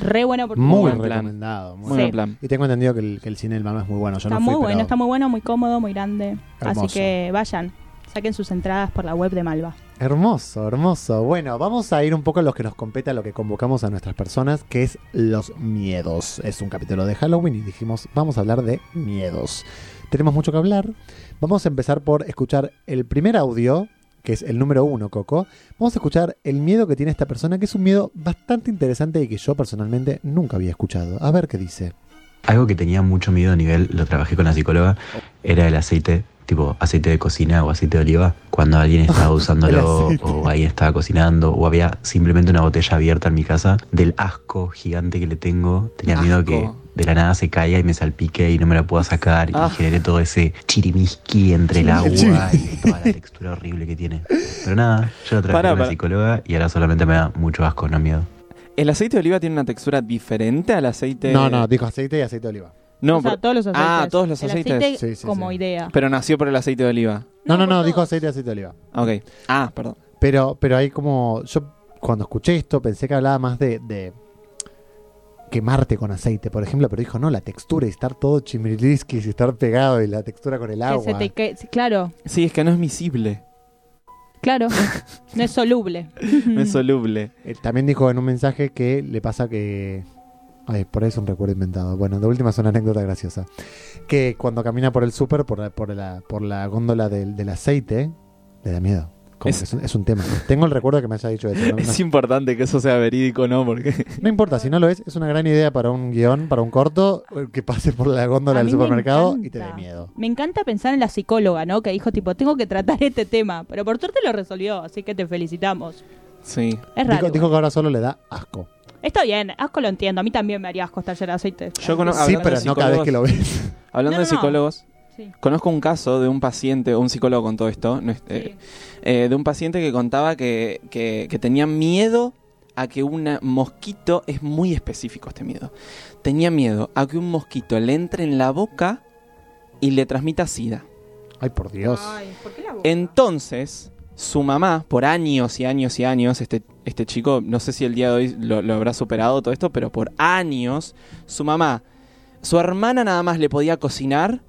Re buena oportunidad.
Muy
buen plan.
recomendado. muy
Sí.
muy buen
bueno.
plan.
Y tengo entendido que el, que el cine del Malva es muy bueno. Yo
está
no fui,
muy bueno,
pero
está muy bueno, muy cómodo, muy grande.
Hermoso.
Así que vayan. Saquen sus entradas por la web de Malva.
Hermoso, hermoso. Bueno, vamos a ir un poco a los que nos compete, a lo que convocamos a nuestras personas, que es los miedos. Es un capítulo de Halloween y dijimos, vamos a hablar de miedos. Tenemos mucho que hablar. Vamos a empezar por escuchar el primer audio, que es el número uno, Coco. Vamos a escuchar el miedo que tiene esta persona, que es un miedo bastante interesante y que yo personalmente nunca había escuchado. A ver qué dice.
Algo que tenía mucho miedo a nivel, lo trabajé con la psicóloga, era el aceite tipo aceite de cocina o aceite de oliva, cuando alguien
(laughs)
estaba usándolo
aceite.
o alguien estaba cocinando o había simplemente una botella abierta en mi casa del asco gigante que le tengo. Tenía miedo
Asco.
que de la nada se caiga y me salpique y no me la pueda sacar
Ah.
y generé todo ese chirimisqui entre el agua
Chirimisqui.
y
(laughs)
toda la textura horrible que tiene. Pero nada, yo lo traje
Pará,
a una
pará.
psicóloga y ahora solamente me da mucho asco, no miedo.
¿El aceite de oliva tiene una textura diferente al aceite?
No, no, dijo aceite y aceite de oliva.
No,
o sea,
pero-
todos los aceites.
Ah, todos los
El
aceites.
aceite
Sí, sí,
como
sí.
idea.
Pero nació por el aceite de oliva.
No, no,
por
no,
todos.
dijo aceite y aceite de oliva.
Ah, Ok. Ah, perdón.
Pero, pero hay como. Yo cuando escuché esto pensé que hablaba más de, de quemarte con aceite, por ejemplo, pero dijo no, la textura y estar todo chimirilisquis y estar pegado y la textura con el
Que
agua.
se te que- claro,
Sí, es que no es miscible,
claro. no
(laughs)
es soluble.
no es soluble.
Eh, también dijo en un mensaje que le pasa que. Ay, por ahí es un recuerdo inventado. Bueno, de última es una anécdota graciosa. Que cuando camina por el súper, por la, por la, por la góndola del, del aceite, le da miedo. Como
Es-
que es, un, es un tema. Tengo el recuerdo que me haya dicho eso. No,
Es importante que eso sea verídico, ¿no? Porque
no importa, si no lo es, es una gran idea para un guión, para un corto, eh, que pase por la góndola
A
del
mí me
supermercado y te
encanta.
dé miedo.
Me encanta pensar en la psicóloga, ¿no? Que dijo, tipo, tengo que tratar este tema. Pero por suerte lo resolvió, así que te felicitamos.
sí.
Es raro.
Dijo, dijo que ahora solo le da asco.
Está bien, asco lo entiendo. A mí también me haría asco estar llena de aceite.
Yo cono-
sí,
hablando
pero
de
no cada vez
psicólogos-
que lo ves.
Hablando
No,
de
no, no.
psicólogos,
Sí.
conozco un caso de un paciente, un psicólogo con todo esto, no es-
Sí.
eh, eh, de un paciente que contaba que, que- que tenía miedo a que un mosquito, es muy específico este miedo, tenía miedo a que un mosquito le entre en la boca y le transmita sida.
Ay, por Dios.
¿por qué la boca?
Entonces, su mamá, por años y años y años, este, este chico, no sé si el día de hoy lo, lo habrá superado todo esto, pero por años, su mamá, su hermana nada más le podía cocinar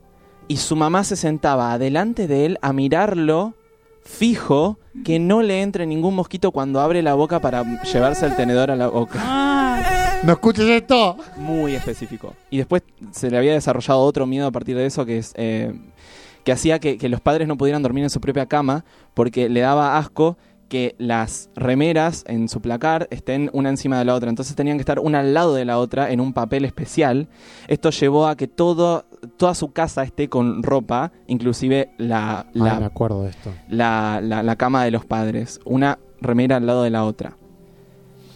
y su mamá se sentaba adelante de él a mirarlo fijo que no le entre ningún mosquito cuando abre la boca para llevarse el tenedor a la boca.
Ah,
¡No escuches esto!
Muy específico. Y después se le había desarrollado otro miedo a partir de eso que es... eh, que hacía que, que los padres no pudieran dormir en su propia cama porque le daba asco que las remeras en su placar estén una encima de la otra. Entonces tenían que estar una al lado de la otra en un papel especial. Esto llevó a que todo, toda su casa esté con ropa, inclusive la,
Ay,
la
me acuerdo de esto.
la, la- la cama de los padres, una remera al lado de la otra.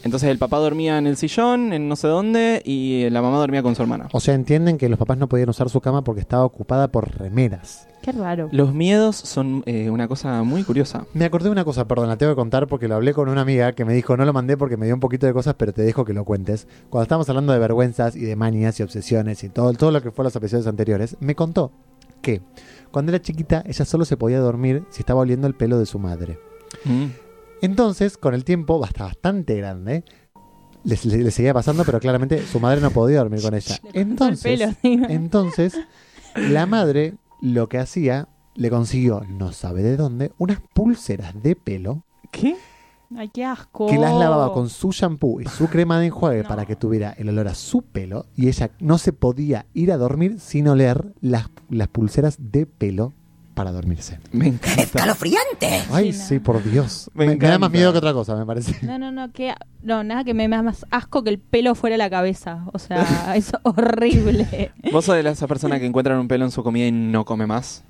Entonces el papá dormía en el sillón, en no sé dónde, y la mamá dormía con su hermana.
O sea, entienden que los papás no podían usar su cama porque estaba ocupada por remeras.
qué raro.
Los miedos son eh, una cosa muy curiosa.
Me acordé de una cosa, perdón, la tengo que contar porque lo hablé con una amiga que me dijo, no lo mandé porque me dio un poquito de cosas, pero te dejo que lo cuentes. Cuando estábamos hablando de vergüenzas y de manias y obsesiones y todo, todo lo que fue los episodios anteriores, me contó que cuando era chiquita ella solo se podía dormir si estaba oliendo el pelo de su madre.
Mm.
Entonces, con el tiempo, hasta bastante grande, le, le- le seguía pasando, pero claramente su madre no podía dormir con
(laughs)
ella. Entonces,
el pelo, sí.
entonces, la madre lo que hacía, le consiguió, no sabe de dónde, unas pulseras de pelo
¿Qué?
Ay, qué asco.
que las lavaba con su shampoo y su crema de enjuague
No.
para que tuviera el olor a su pelo y ella no se podía ir a dormir sin oler las, las pulseras de pelo para dormirse.
Me encanta.
¡Calofriante!
Ay,
Gina.
sí, por Dios.
Me
Me, me da
encanta.
más miedo que otra cosa, me parece.
No, no, no, que no, nada que me da más asco que el pelo fuera de la cabeza.
(laughs)
O sea, es horrible.
¿Vos sos de la- esa persona que encuentran un pelo en su comida y no come más?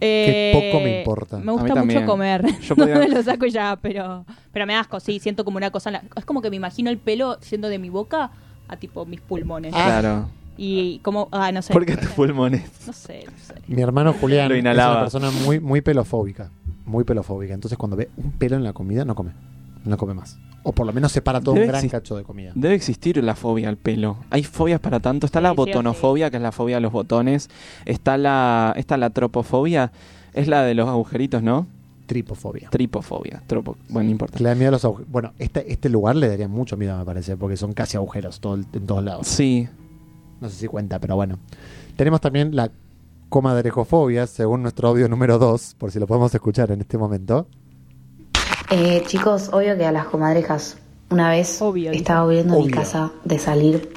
Eh,
poco me importa.
Me
A mí
gusta
también.
mucho comer.
Yo
(laughs) no
podía-
me lo saco ya, pero pero me da asco, sí, siento como una cosa. en la- Es como que me imagino el pelo yendo de mi boca a tipo mis pulmones.
Ah.
Claro.
Y como, ah, no sé.
Porque tus pulmones.
No sé, no sé.
Mi hermano Julián
Lo
es una
inhalaba.
persona muy, muy pelofóbica. Muy pelofóbica. Entonces, cuando ve un pelo en la comida, no come. No come más. O por lo menos separa todo un
Debe
gran
exist-
cacho de comida.
Debe existir la fobia al pelo. Hay fobias para tanto. Está la
Sí, sí o sí.
botonofobia, que es la fobia a los botones. Está la, está la tropofobia, es la de los agujeritos, ¿no?
Tripofobia.
Tripofobia. Tropo, bueno, no importa.
Que le da miedo a los agujeros. Bueno, este, este lugar le daría mucho miedo, me parece, porque son casi agujeros todo el- en todos lados.
Sí.
No sé si cuenta, pero bueno. Tenemos también la comadrejofobia, según nuestro audio número 2, por si lo podemos escuchar en este momento.
Eh, chicos, obvio que a las comadrejas. Una vez
Obvio, dice.
estaba volviendo a mi
Obvio.
casa de salir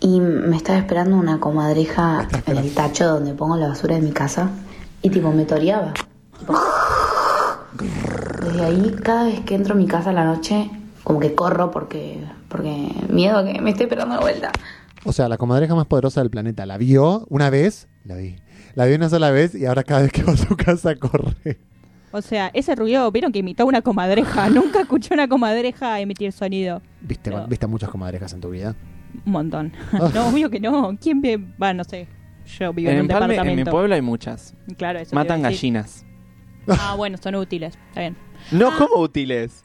y me estaba esperando una comadreja en el tacho donde pongo la basura de mi casa y tipo me toreaba. Tipo, Desde ahí, cada vez que entro a mi casa a la noche, como que corro porque, porque miedo a que me esté esperando de vuelta.
O sea, la comadreja más poderosa del planeta. La vio una vez, la vi. La vi una sola vez y ahora cada vez que va a su casa corre.
O sea, ese ruido, vieron que imitó
(laughs)
una comadreja. Nunca escuché una comadreja emitir sonido.
¿Viste,
No.
¿viste muchas comadrejas en tu vida?
Un montón.
Ah.
no, obvio que no. ¿Quién ve? Va, no sé. Yo vivo en,
En,
un
Empalme, en mi
departamento.
pueblo hay muchas.
Claro, eso te
Matan
iba a decir.
gallinas. Ah.
Ah, bueno, son útiles. Está bien.
No como útiles.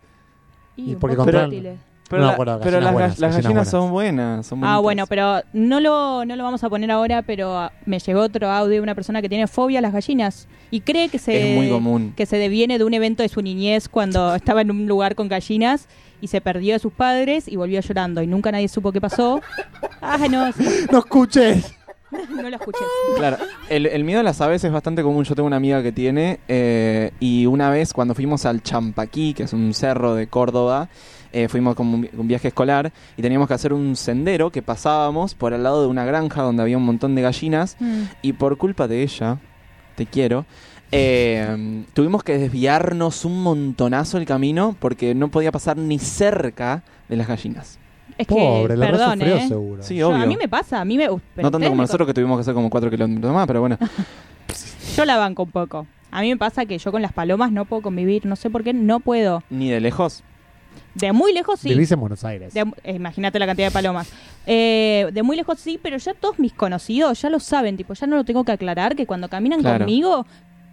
Y
un
porque
poco
controlan-
útiles.
Pero,
No,
la-
bueno,
pero
gallinas
las, ga-
buenas,
las
gallinas
gallinas
buenas.
son buenas. Son
Ah,
bonitas.
bueno, pero no lo, no lo vamos a poner ahora, pero ah, me llegó otro audio de una persona que tiene fobia a las gallinas y cree que se,
Es muy común.
que se deviene de un evento de su niñez cuando (laughs) estaba en un lugar con gallinas y se perdió de sus padres y volvió llorando y nunca nadie supo qué pasó. Ah, no, (laughs) sí,
(laughs) ¡No escuches!
no lo escuché.
Claro, el, el miedo a las aves es bastante común. Yo tengo una amiga que tiene, eh, y una vez cuando fuimos al Champaquí, que es un cerro de Córdoba, eh, fuimos con un, vi- un viaje escolar y teníamos que hacer un sendero que pasábamos por al lado de una granja donde había un montón de gallinas,
Mm.
y por culpa de ella, te quiero. eh, tuvimos que desviarnos un montonazo el camino porque no podía pasar ni cerca de las gallinas.
Es que,
Pobre, la re
perdón,
sufrió
¿eh?
seguro.
Sí,
Yo-
obvio.
a mí me pasa, a mí me... uh, pero
no tanto
ustedes
como
me
nosotros que tuvimos que hacer como 4 kilómetros más,
(laughs)
pero bueno.
Yo la banco un poco. A mí me pasa que yo con las palomas no puedo convivir, no sé por qué, no puedo.
Ni de lejos.
De muy lejos sí.
Vivís en Buenos Aires.
De- eh, imagínate la cantidad de palomas. Eh, de muy lejos sí, pero ya todos mis conocidos ya lo saben, tipo, ya no lo tengo que aclarar que cuando caminan
Claro.
conmigo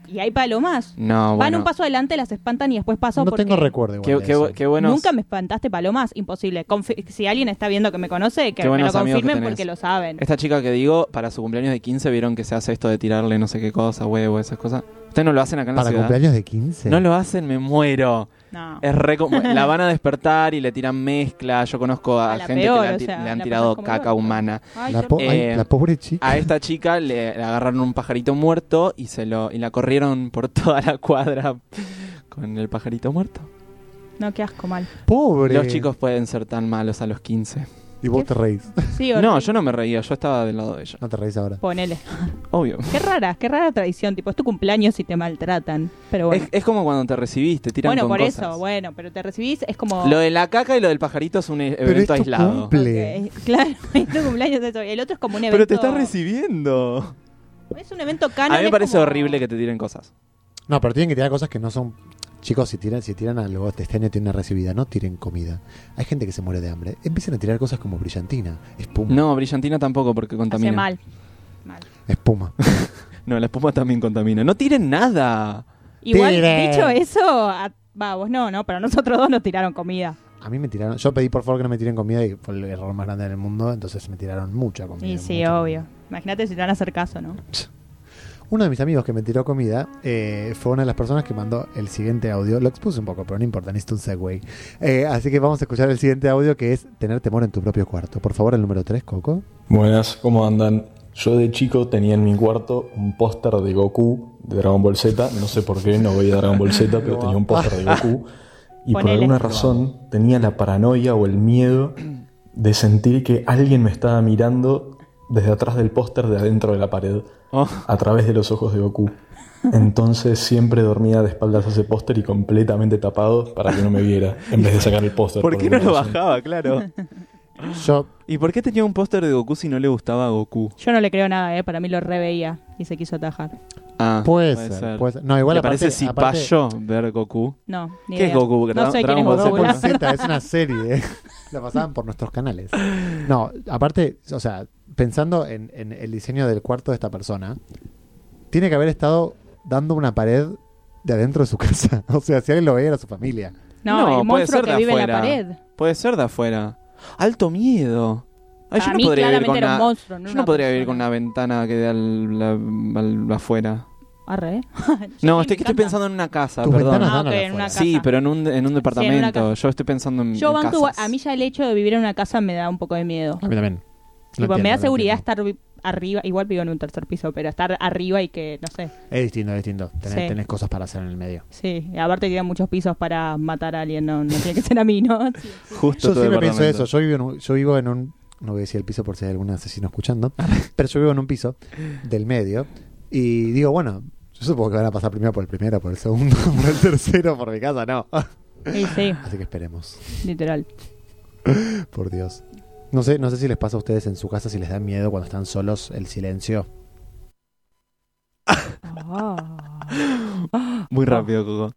y hay palomas,
No,
van
bueno.
un paso adelante, las espantan y después paso
no
porque
tengo recuerdo igual
Qué,
de
qué
eso.
bu- qué buenos,
nunca me espantaste palomas, imposible. Confi- si alguien está viendo que me conoce, que
Qué
me lo
buenos amigos que
confirmen
tenés.
porque lo saben.
Esta chica que digo, para su cumpleaños de 15 vieron que se hace esto de tirarle no sé qué cosa, huevo, esas cosas. Ustedes no lo hacen acá en la
¿Para
ciudad.
cumpleaños de 15?
No lo hacen, me muero.
No.
Es re como- la van a despertar y le tiran mezcla. Yo conozco a,
A la
gente
peor,
que le han,
o
ti-
sea,
le han
la pasás
tirado
como
caca
loco.
humana.
Ay,
la,
yo-
po- ay,
Eh,
la pobre chica.
A esta chica le, le agarraron un pajarito muerto y se lo y la corrieron por toda la cuadra con el pajarito muerto.
no, qué asco mal.
Pobre.
ah, Los chicos pueden ser tan malos a los 15.
Y vos te reís. (laughs)
Sí,
No,
horrible.
yo no me reía, yo estaba del lado de ella.
No te reís ahora.
Ponele.
Obvio.
Qué rara, qué rara tradición, tipo, es tu cumpleaños y te maltratan. Pero bueno.
Es, es como cuando te recibiste, tiran
bueno,
con
por
cosas.
eso, bueno, pero te recibís, es como...
Lo de la caca y lo del pajarito es un e-
Pero
evento
es tu
aislado.
cumple.
Ok, (laughs) Claro, es tu cumpleaños eso. El otro es como un evento.
Pero te estás recibiendo.
Es un evento canon.
A mí me
es
parece
como-
horrible que te tiren cosas.
No, pero tienen que tirar cosas que no son. Chicos, si tiran, si tiran algo, este año tiene una recibida, no tiren comida. Hay gente que se muere de hambre. Empiecen a tirar cosas como brillantina, espuma,
No, brillantina tampoco porque contamina.
Hace mal. Mal.
espuma.
No, la espuma también contamina. No tiren nada.
Igual,
Tire.
dicho eso, a- va, vos no, ¿no? Pero nosotros dos nos tiraron comida.
A mí me tiraron, yo pedí por favor que no me tiren comida y fue el error más grande del mundo, entonces me tiraron mucha comida.
Y sí,
mucha
obvio. Imagínate si te van a hacer caso, ¿no?
Uno de mis amigos que me tiró comida eh, fue una de las personas que mandó el siguiente audio. Lo expuse un poco, pero no importa, necesito un segue. Eh, así que vamos a escuchar el siguiente audio que es tener temor en tu propio cuarto. Por favor, el número 3, Coco.
Buenas, ¿cómo andan? Yo de chico tenía en mi cuarto un póster de Goku de Dragon Ball Z. No sé por qué, no veía Dragon
(laughs)
Ball Z, pero tenía un póster de Goku. Y por
Ponele.
alguna razón tenía la paranoia o el miedo de sentir que alguien me estaba mirando desde atrás del póster de adentro de la pared,
Oh.
a través de los ojos de Goku. Entonces siempre dormía de espaldas a ese póster y completamente tapado para que no me viera, en vez de sacar el póster.
¿Por qué no
alguna
lo
razón.
bajaba?
(laughs)
Claro.
Yo,
¿Y por qué tenía un póster de Goku si no le gustaba a Goku?
Yo no le creo nada, ¿eh? Para mí lo reveía y se quiso atajar.
Ah,
puede, ser, puede ser. No, igual
¿Te
aparte-
parece si
aparte-
payo ver Goku?
No, ni
¿Qué
idea.
es Goku?
No sé
Dra-
quién es
Dragon Ball
Goku.
Dragon
la
Ball
verdad.
Z es una serie. (laughs) La pasaban por nuestros canales. No, aparte, o sea, pensando en, en el diseño del cuarto de esta persona, tiene que haber estado dando una pared de adentro de su (laughs) casa. O sea, si alguien lo veía era su familia.
No, el
puede
monstruo
ser
que
de
vive en la
afuera.
pared.
Puede ser de afuera. Alto miedo. Ay, yo
Para
no
mí
podría vivir
claramente
con
era un
una...
monstruo. No
Yo
una
no podría vivir con
persona.
una ventana que dé al, la- al- afuera.
(laughs) Arre. ¿eh?
No, estoy, estoy pensando en una casa,
Tus
perdón.
ventanas
Ah,
dan a
ok,
la
en una
afuera.
casa.
Sí, pero en un, en un departamento.
casa.
Yo estoy pensando en,
Yo
en
banco, igual-
casas.
a mí ya el hecho de vivir en una casa me da un poco de miedo.
A mí también.
Tipo, me da seguridad estar vi- arriba, igual vivo en un tercer piso, pero estar arriba y que, no sé,
Es distinto, es distinto. Tenés,
Sí.
tenés cosas para hacer en el medio.
sí, y aparte quedan muchos pisos para matar a alguien, no, no tiene que ser a mí, ¿no? (laughs) Sí.
Justo
Yo
tu
siempre pienso
departamento.
eso. Yo vivo en un, yo vivo en un no voy a decir el piso por si hay algún asesino escuchando, pero yo vivo en un piso del medio y digo, bueno, yo supongo que van a pasar primero por el primero, por el segundo, (laughs) por el tercero, por mi casa, no.
Sí, sí,
Así que esperemos,
literal.
por Dios. No sé, no sé si les pasa a ustedes en su casa si les da miedo cuando están solos el silencio.
Ah.
Muy rápido, Coco.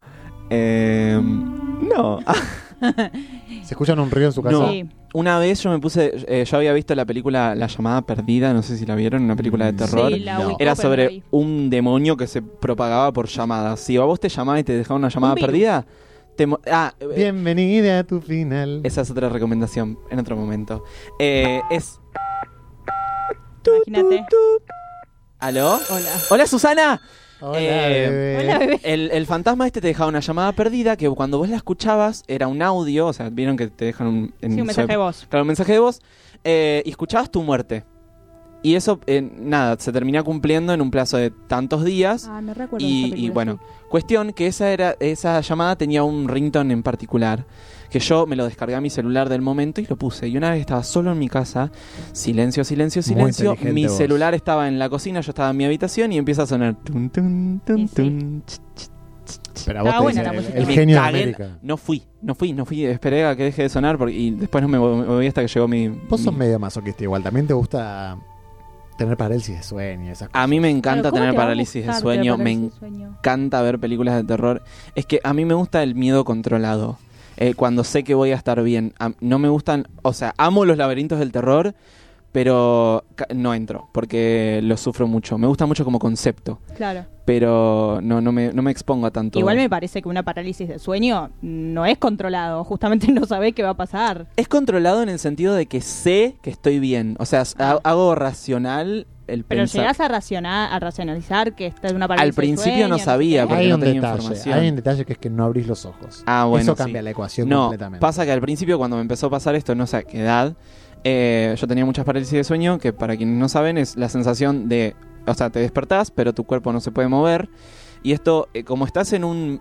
Eh, no.
Se escuchan un río en su casa.
No.
Sí.
(laughs) Una vez yo me puse. eh, yo había visto la película La llamada perdida, no sé si la vieron, una película de terror.
Sí, la
No.
ubicó,
Era
pero no la
sobre
vi.
un demonio que se propagaba por llamadas. Si a vos te llamaban y te dejaban una llamada
virus.
perdida, te. mo- Ah, eh,
Bienvenida a tu final.
esa es otra recomendación en otro momento. Eh, es.
Imagínate.
¿Aló?
Hola. (laughs)
¡Hola, Susana!
Hola,
Eh,
bebé.
Hola, bebé.
El, el fantasma este te dejaba una llamada perdida que cuando vos la escuchabas era un audio, o sea, vieron que te dejan un, en-
Sí, un mensaje de voz.
Claro, un mensaje de voz eh, y escuchabas tu muerte. Y eso, eh, nada, se termina cumpliendo en un plazo de tantos días.
Ah, no recuerdo.
y,
esa
y
película,
bueno,
sí.
cuestión que esa, era, esa llamada tenía un ringtone en particular. Que yo me lo descargué a mi celular del momento y lo puse. Y una vez estaba solo en mi casa, silencio, silencio,
Muy
silencio.
inteligente
Mi
vos.
celular estaba en la cocina, yo estaba en mi habitación y empieza a sonar. tun, tun, tun,
Y sí.
tun, ch, ch.
Pero a vos
Está
te
buena
dicen
la
el,
música.
el
Me
genio de
cagué en-
América.
No fui, no fui, no fui. Esperé a que deje de sonar porque, y después no me mo- me moví hasta que llegó mi.
Vos sos
mi-
medio masoquista igual. También te gusta tener parálisis de sueño y esas cosas.
A mí me encanta
Claro, ¿cómo
tener
te va a
parálisis de
gustar
sueño,
tener
me
parálisis de sueño?
encanta ver películas de terror. Es que a mí me gusta el miedo controlado. Eh, cuando sé que voy a estar bien. A- no me gustan, o sea, amo los laberintos del terror, pero ca- no entro porque lo sufro mucho. Me gusta mucho como concepto,
Claro.
pero no, no, me, no me expongo a tanto.
Igual me parece que una parálisis de sueño no es controlado. Justamente (laughs) no sabés qué va a pasar.
Es controlado en el sentido de que sé que estoy bien. O sea, ha- hago racional el
Pero
pensar.
llegás a, racionar, a racionalizar que esta es una parálisis
Al principio no sabía porque
Hay
no
un
tenía
detalle.
información.
Hay un detalle que es que no abrís los ojos.
Ah, bueno,
Eso
sí.
cambia la ecuación
No,
completamente.
pasa que al principio cuando me empezó a pasar esto, no sé a qué edad, eh, yo tenía muchas parálisis de sueño, que para quienes no saben es la sensación de, o sea, te despertás, pero tu cuerpo no se puede mover. Y esto, eh, como estás en un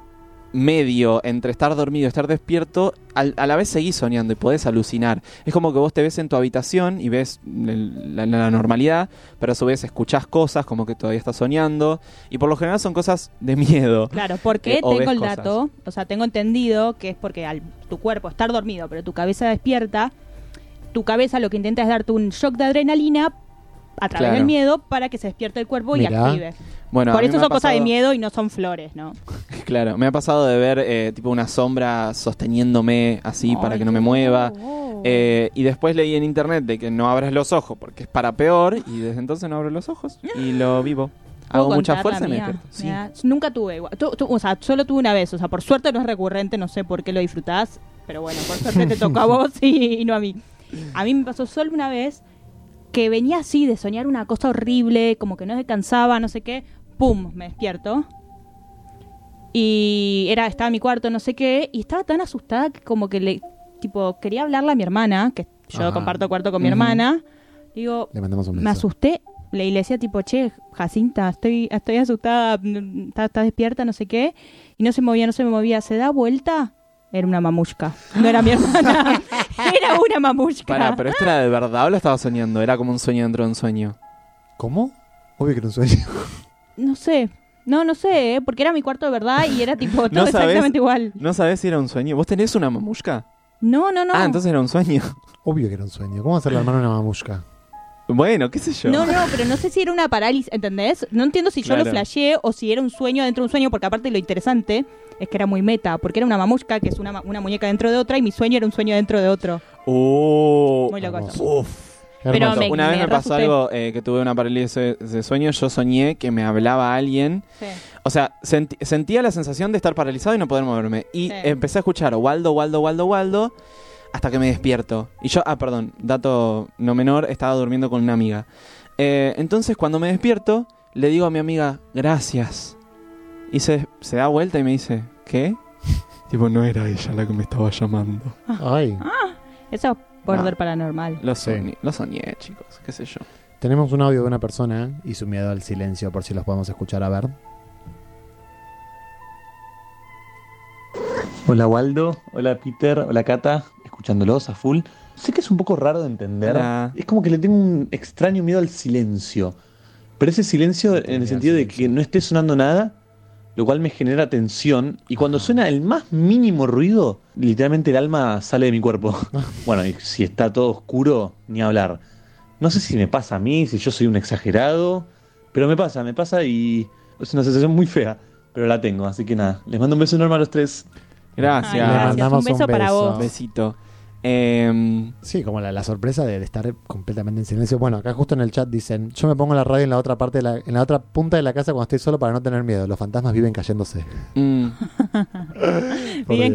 medio entre estar dormido y estar despierto, al- a la vez seguís soñando y podés alucinar. Es como que vos te ves en tu habitación y ves el- la, la normalidad, pero a su vez escuchás cosas como que todavía estás soñando. Y por lo general son cosas de miedo.
Claro, porque
Eh, o ves
tengo el
cosas.
dato, o sea, tengo entendido que es porque al tu cuerpo estar dormido, pero tu cabeza despierta, tu cabeza lo que intenta es darte un shock de adrenalina a través
Claro.
del miedo para que se despierte el cuerpo y
Mirá.
active.
Bueno, a
Por
mí
eso
me
son
ha
cosas de
pasado-
miedo y no son flores, ¿no?
Claro, me ha pasado de ver eh, tipo una sombra sosteniéndome así para
Ay,
que no me
qué
mueva.
horror.
Eh, y después leí en internet de que no abras los ojos porque es para peor y desde entonces no abro los ojos
(gasps)
y lo vivo.
¿Puedo
Hago mucha
contar
fuerza
la
y me
mía?
despierto. Sí.
Me da- Nunca tuve igual. Tu- tu- o sea, solo tuve una vez. O sea, por suerte no es recurrente, no sé por qué lo disfrutás. Pero bueno, por suerte te
(laughs)
tocó a vos y, y no a mí. A mí me pasó solo una vez que venía así de soñar una cosa horrible, como que no descansaba, no sé qué. ¡Pum! Me despierto. Y era, estaba en mi cuarto, no sé qué. Y estaba tan asustada que como que le... Tipo, quería hablarle a mi hermana, que yo
Ajá.
comparto cuarto con mi
Ujú.
hermana. Digo,
Le mandamos un beso.
me asusté. La iglesia tipo, che, Jacinta, estoy, estoy asustada, mm, está, está despierta, no sé qué. Y no se movía, no se movía. ¿Se da vuelta? Era una mamushka. No era mi
(laughs)
hermana. era una mamushka. (laughs)
Pará, pero esto era de verdad o lo estaba soñando. Era como un sueño dentro de un sueño.
¿Cómo? Obvio que era un sueño. (laughs)
No sé. No, no sé, ¿eh? porque era mi cuarto de verdad y era
(laughs)
tipo todo
¿No sabés?
exactamente igual.
¿No sabés si era un sueño? ¿Vos tenés una mamushka?
No, no, no.
Ah, entonces era un sueño. (laughs)
Obvio que era un sueño. ¿Cómo hacerle la hermana una mamushka?
Bueno, qué sé yo.
No, no, pero no sé si era una parálisis, ¿entendés? No entiendo si yo lo
Claro.
flasheé o si era un sueño dentro de un sueño, porque aparte lo interesante es que era muy meta, porque era una mamushka, que es una, ma- una muñeca dentro de otra, y mi sueño era un sueño dentro de otro.
Oh.
Muy loco
hermoso.
eso.
Uf.
Pero
Hermoso.
me-
una vez me pasó
reasusté.
algo eh, que tuve una parálisis de- de sueño. Yo soñé que me hablaba alguien. O sea, senti- sentía la sensación de estar paralizado y no poder moverme. Y
Sí.
empecé a escuchar Waldo, Waldo, Waldo, Waldo. Hasta que me despierto. Y yo, ah, perdón, dato no menor, estaba durmiendo con una amiga. Eh, entonces, cuando me despierto, le digo a mi amiga, gracias. Y se, se da vuelta y me dice, ¿qué? tipo, no era ella la que me estaba llamando.
Ay,
Eso es border
Ah.
paranormal.
Lo
Sí.
soñé, lo soñé, chicos, qué sé yo.
tenemos un audio de una persona y su miedo al silencio, por si los podemos escuchar a ver.
Hola Waldo, hola Peter, hola Cata, escuchándolos a full. Sé que es un poco raro de entender.
Hola.
Es como que le tengo un extraño miedo al silencio. Pero ese silencio en el sentido de que no esté sonando nada, lo cual me genera tensión. Y cuando suena el más mínimo ruido, literalmente el alma sale de mi cuerpo. Bueno, y si está todo oscuro, ni hablar. No sé si me pasa a mí, si yo soy un exagerado, pero me pasa, me pasa y Es una sensación muy fea, pero la tengo, así que nada. Les mando un beso enorme a los tres.
Gracias.
Ay,
Le mandamos
Un beso
un
para
beso.
Un
vos.
besito. Eh,
Sí, como la, la sorpresa de estar completamente en silencio. Bueno, acá justo en el chat dicen, yo me pongo la radio en la otra parte, de la- en la otra punta de la casa cuando estoy solo para no tener miedo. Los fantasmas viven cayéndose.
mm,
Por
Viven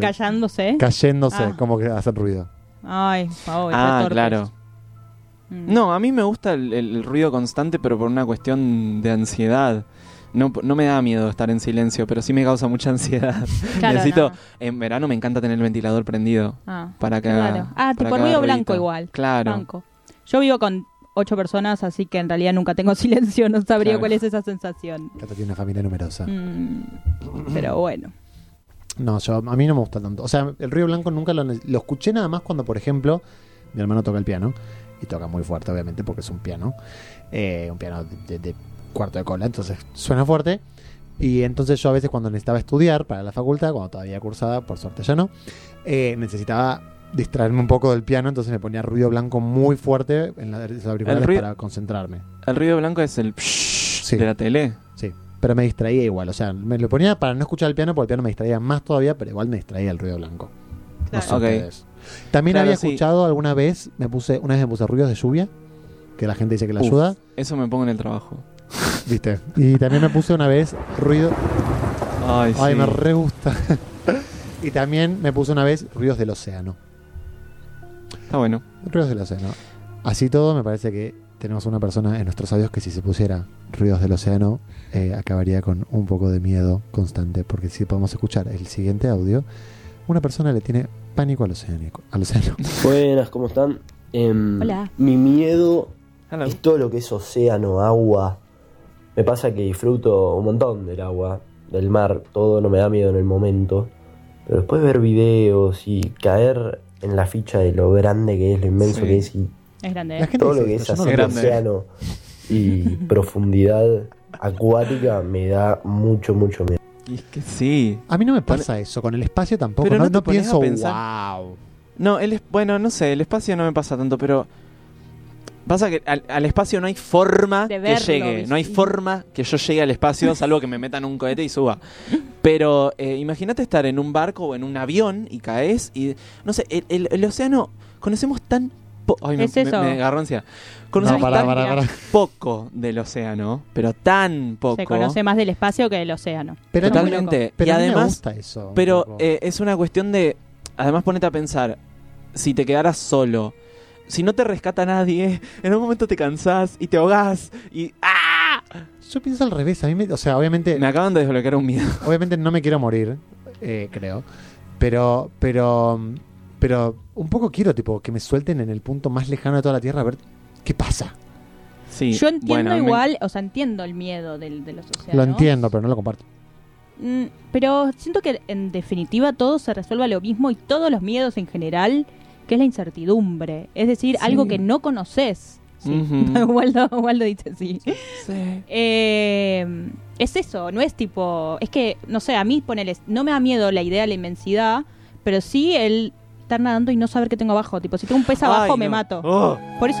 Dios.
callándose.
Cayéndose,
Ah.
como que hacen ruido.
Ay, por favor.
ah,
retortes.
claro.
Mm.
No, a mí me gusta el, el- el ruido constante, pero por una cuestión de ansiedad. No, p- no me da miedo estar en silencio, pero sí me causa mucha ansiedad.
(laughs)
(laughs)
Claro,
Necesito,
no.
en verano me encanta tener el ventilador prendido
Ah,
para que haga-
claro. Ah,
para
tipo
que haga
ruido
ruidito.
blanco igual.
Claro.
Banco. Yo vivo con ocho personas, así que en realidad nunca tengo (laughs) silencio, no sabría
Claro.
cuál es esa sensación.
Cata tiene una familia numerosa.
Mm, pero bueno.
No, yo, a mí no me gusta tanto. O sea, el Río Blanco nunca lo, ne- lo escuché nada más cuando, por ejemplo, mi hermano toca el piano. Y toca muy fuerte, obviamente, porque es un piano. eh, un piano de, de- de cuarto de cola, entonces suena fuerte. Y entonces yo a veces cuando necesitaba estudiar para la facultad, cuando todavía cursaba, por suerte ya no, eh, necesitaba distraerme un poco del piano, entonces me ponía ruido blanco muy fuerte en la- los auriculares
ruido-
para concentrarme.
El ruido blanco es el psh
Sí.
de la tele.
Sí, pero me distraía igual. O sea, me lo ponía para no escuchar el piano porque el piano me distraía más todavía, pero igual me distraía el ruido blanco. No sé
Claro. Ok.
ustedes. También
Claro,
había
sí.
escuchado alguna vez, me puse, una vez me puse ruidos de lluvia, que la gente dice que la
Uf.
ayuda,
Eso me pongo en el trabajo.
¿viste? Y también me puse una vez ruido.
Ay,
Ay,
(laughs) sí.
me re gusta. (laughs) y también me puse una vez ruidos del océano.
Está bueno.
Ruidos del océano. Así todo, me parece que tenemos una persona en nuestros audios que si se pusiera ruidos del océano, eh, acabaría con un poco de miedo constante, porque si podemos escuchar el siguiente audio, una persona le tiene pánico al océano. Al océano.
Buenas, ¿cómo están? Em,
Hola.
Mi miedo
Hello.
Eh.
es todo lo que es océano, agua. Me pasa que disfruto un montón del agua, del mar, todo no me da miedo en el momento. Pero después ver videos y caer en la ficha de lo grande que es, lo inmenso
Sí.
que es y
Es grande.
La
¿eh?
gente
todo lo
dice
que es
esto, yo
así
no lo
de
grande.
océano y profundidad acuática me da mucho, mucho miedo.
Y es que sí.
A mí no me pasa eso, con el espacio tampoco.
Pero
no,
no te
no
pones a
pienso,
pensar.
wow.
No, el es- bueno, no sé, el espacio no me pasa tanto, pero pasa que al, al espacio no hay forma
De
que
verlo,
llegue, no hay
sí.
forma que yo llegue
(laughs)
al espacio, salvo que me metan un cohete y suba. Pero eh, imagínate estar en un barco o en un avión y caes y no sé, el, el- el océano conocemos tan po- Ay, me,
Es
me-
eso.
me agarró ansiedad.
No,
Conocemos
pará,
tan
pará, pará.
poco del océano, pero tan poco.
Se conoce más del espacio que del océano.
Pero,
Está muy
Totalmente.
pero
y
a mí me
además
gusta eso. un
pero
poco.
eh, es una cuestión de. Además, ponete a pensar. Si te quedaras solo, si no te rescata nadie, (laughs) en un momento te cansás y te ahogás y. ¡Ah!
Yo pienso al revés. A mí me, o sea, obviamente
Me acaban de desbloquear un miedo.
Obviamente no me quiero morir, eh, creo. Pero, pero, pero un poco quiero, tipo, que me suelten en el punto más lejano de toda la Tierra a ver qué pasa.
(laughs) Sí.
Yo entiendo
bueno, me-
igual, o sea, entiendo el miedo del, de los océanos.
Lo entiendo, pero no lo comparto.
Mm, pero siento que en definitiva todo se resuelve a lo mismo y todos los miedos en general, que es la incertidumbre. Es decir,
Sí.
algo que no conoces. Sí.
Ujú.
(laughs) Waldo, Waldo dice sí.
Sí.
Eh, es eso, no es tipo. Es que, no sé, a mí ponele, no me da miedo la idea de la inmensidad, pero sí el estar nadando y no saber qué tengo abajo. Tipo, si tengo un pez abajo,
Ay,
me
no.
mato.
Oh.
Por eso.
(laughs)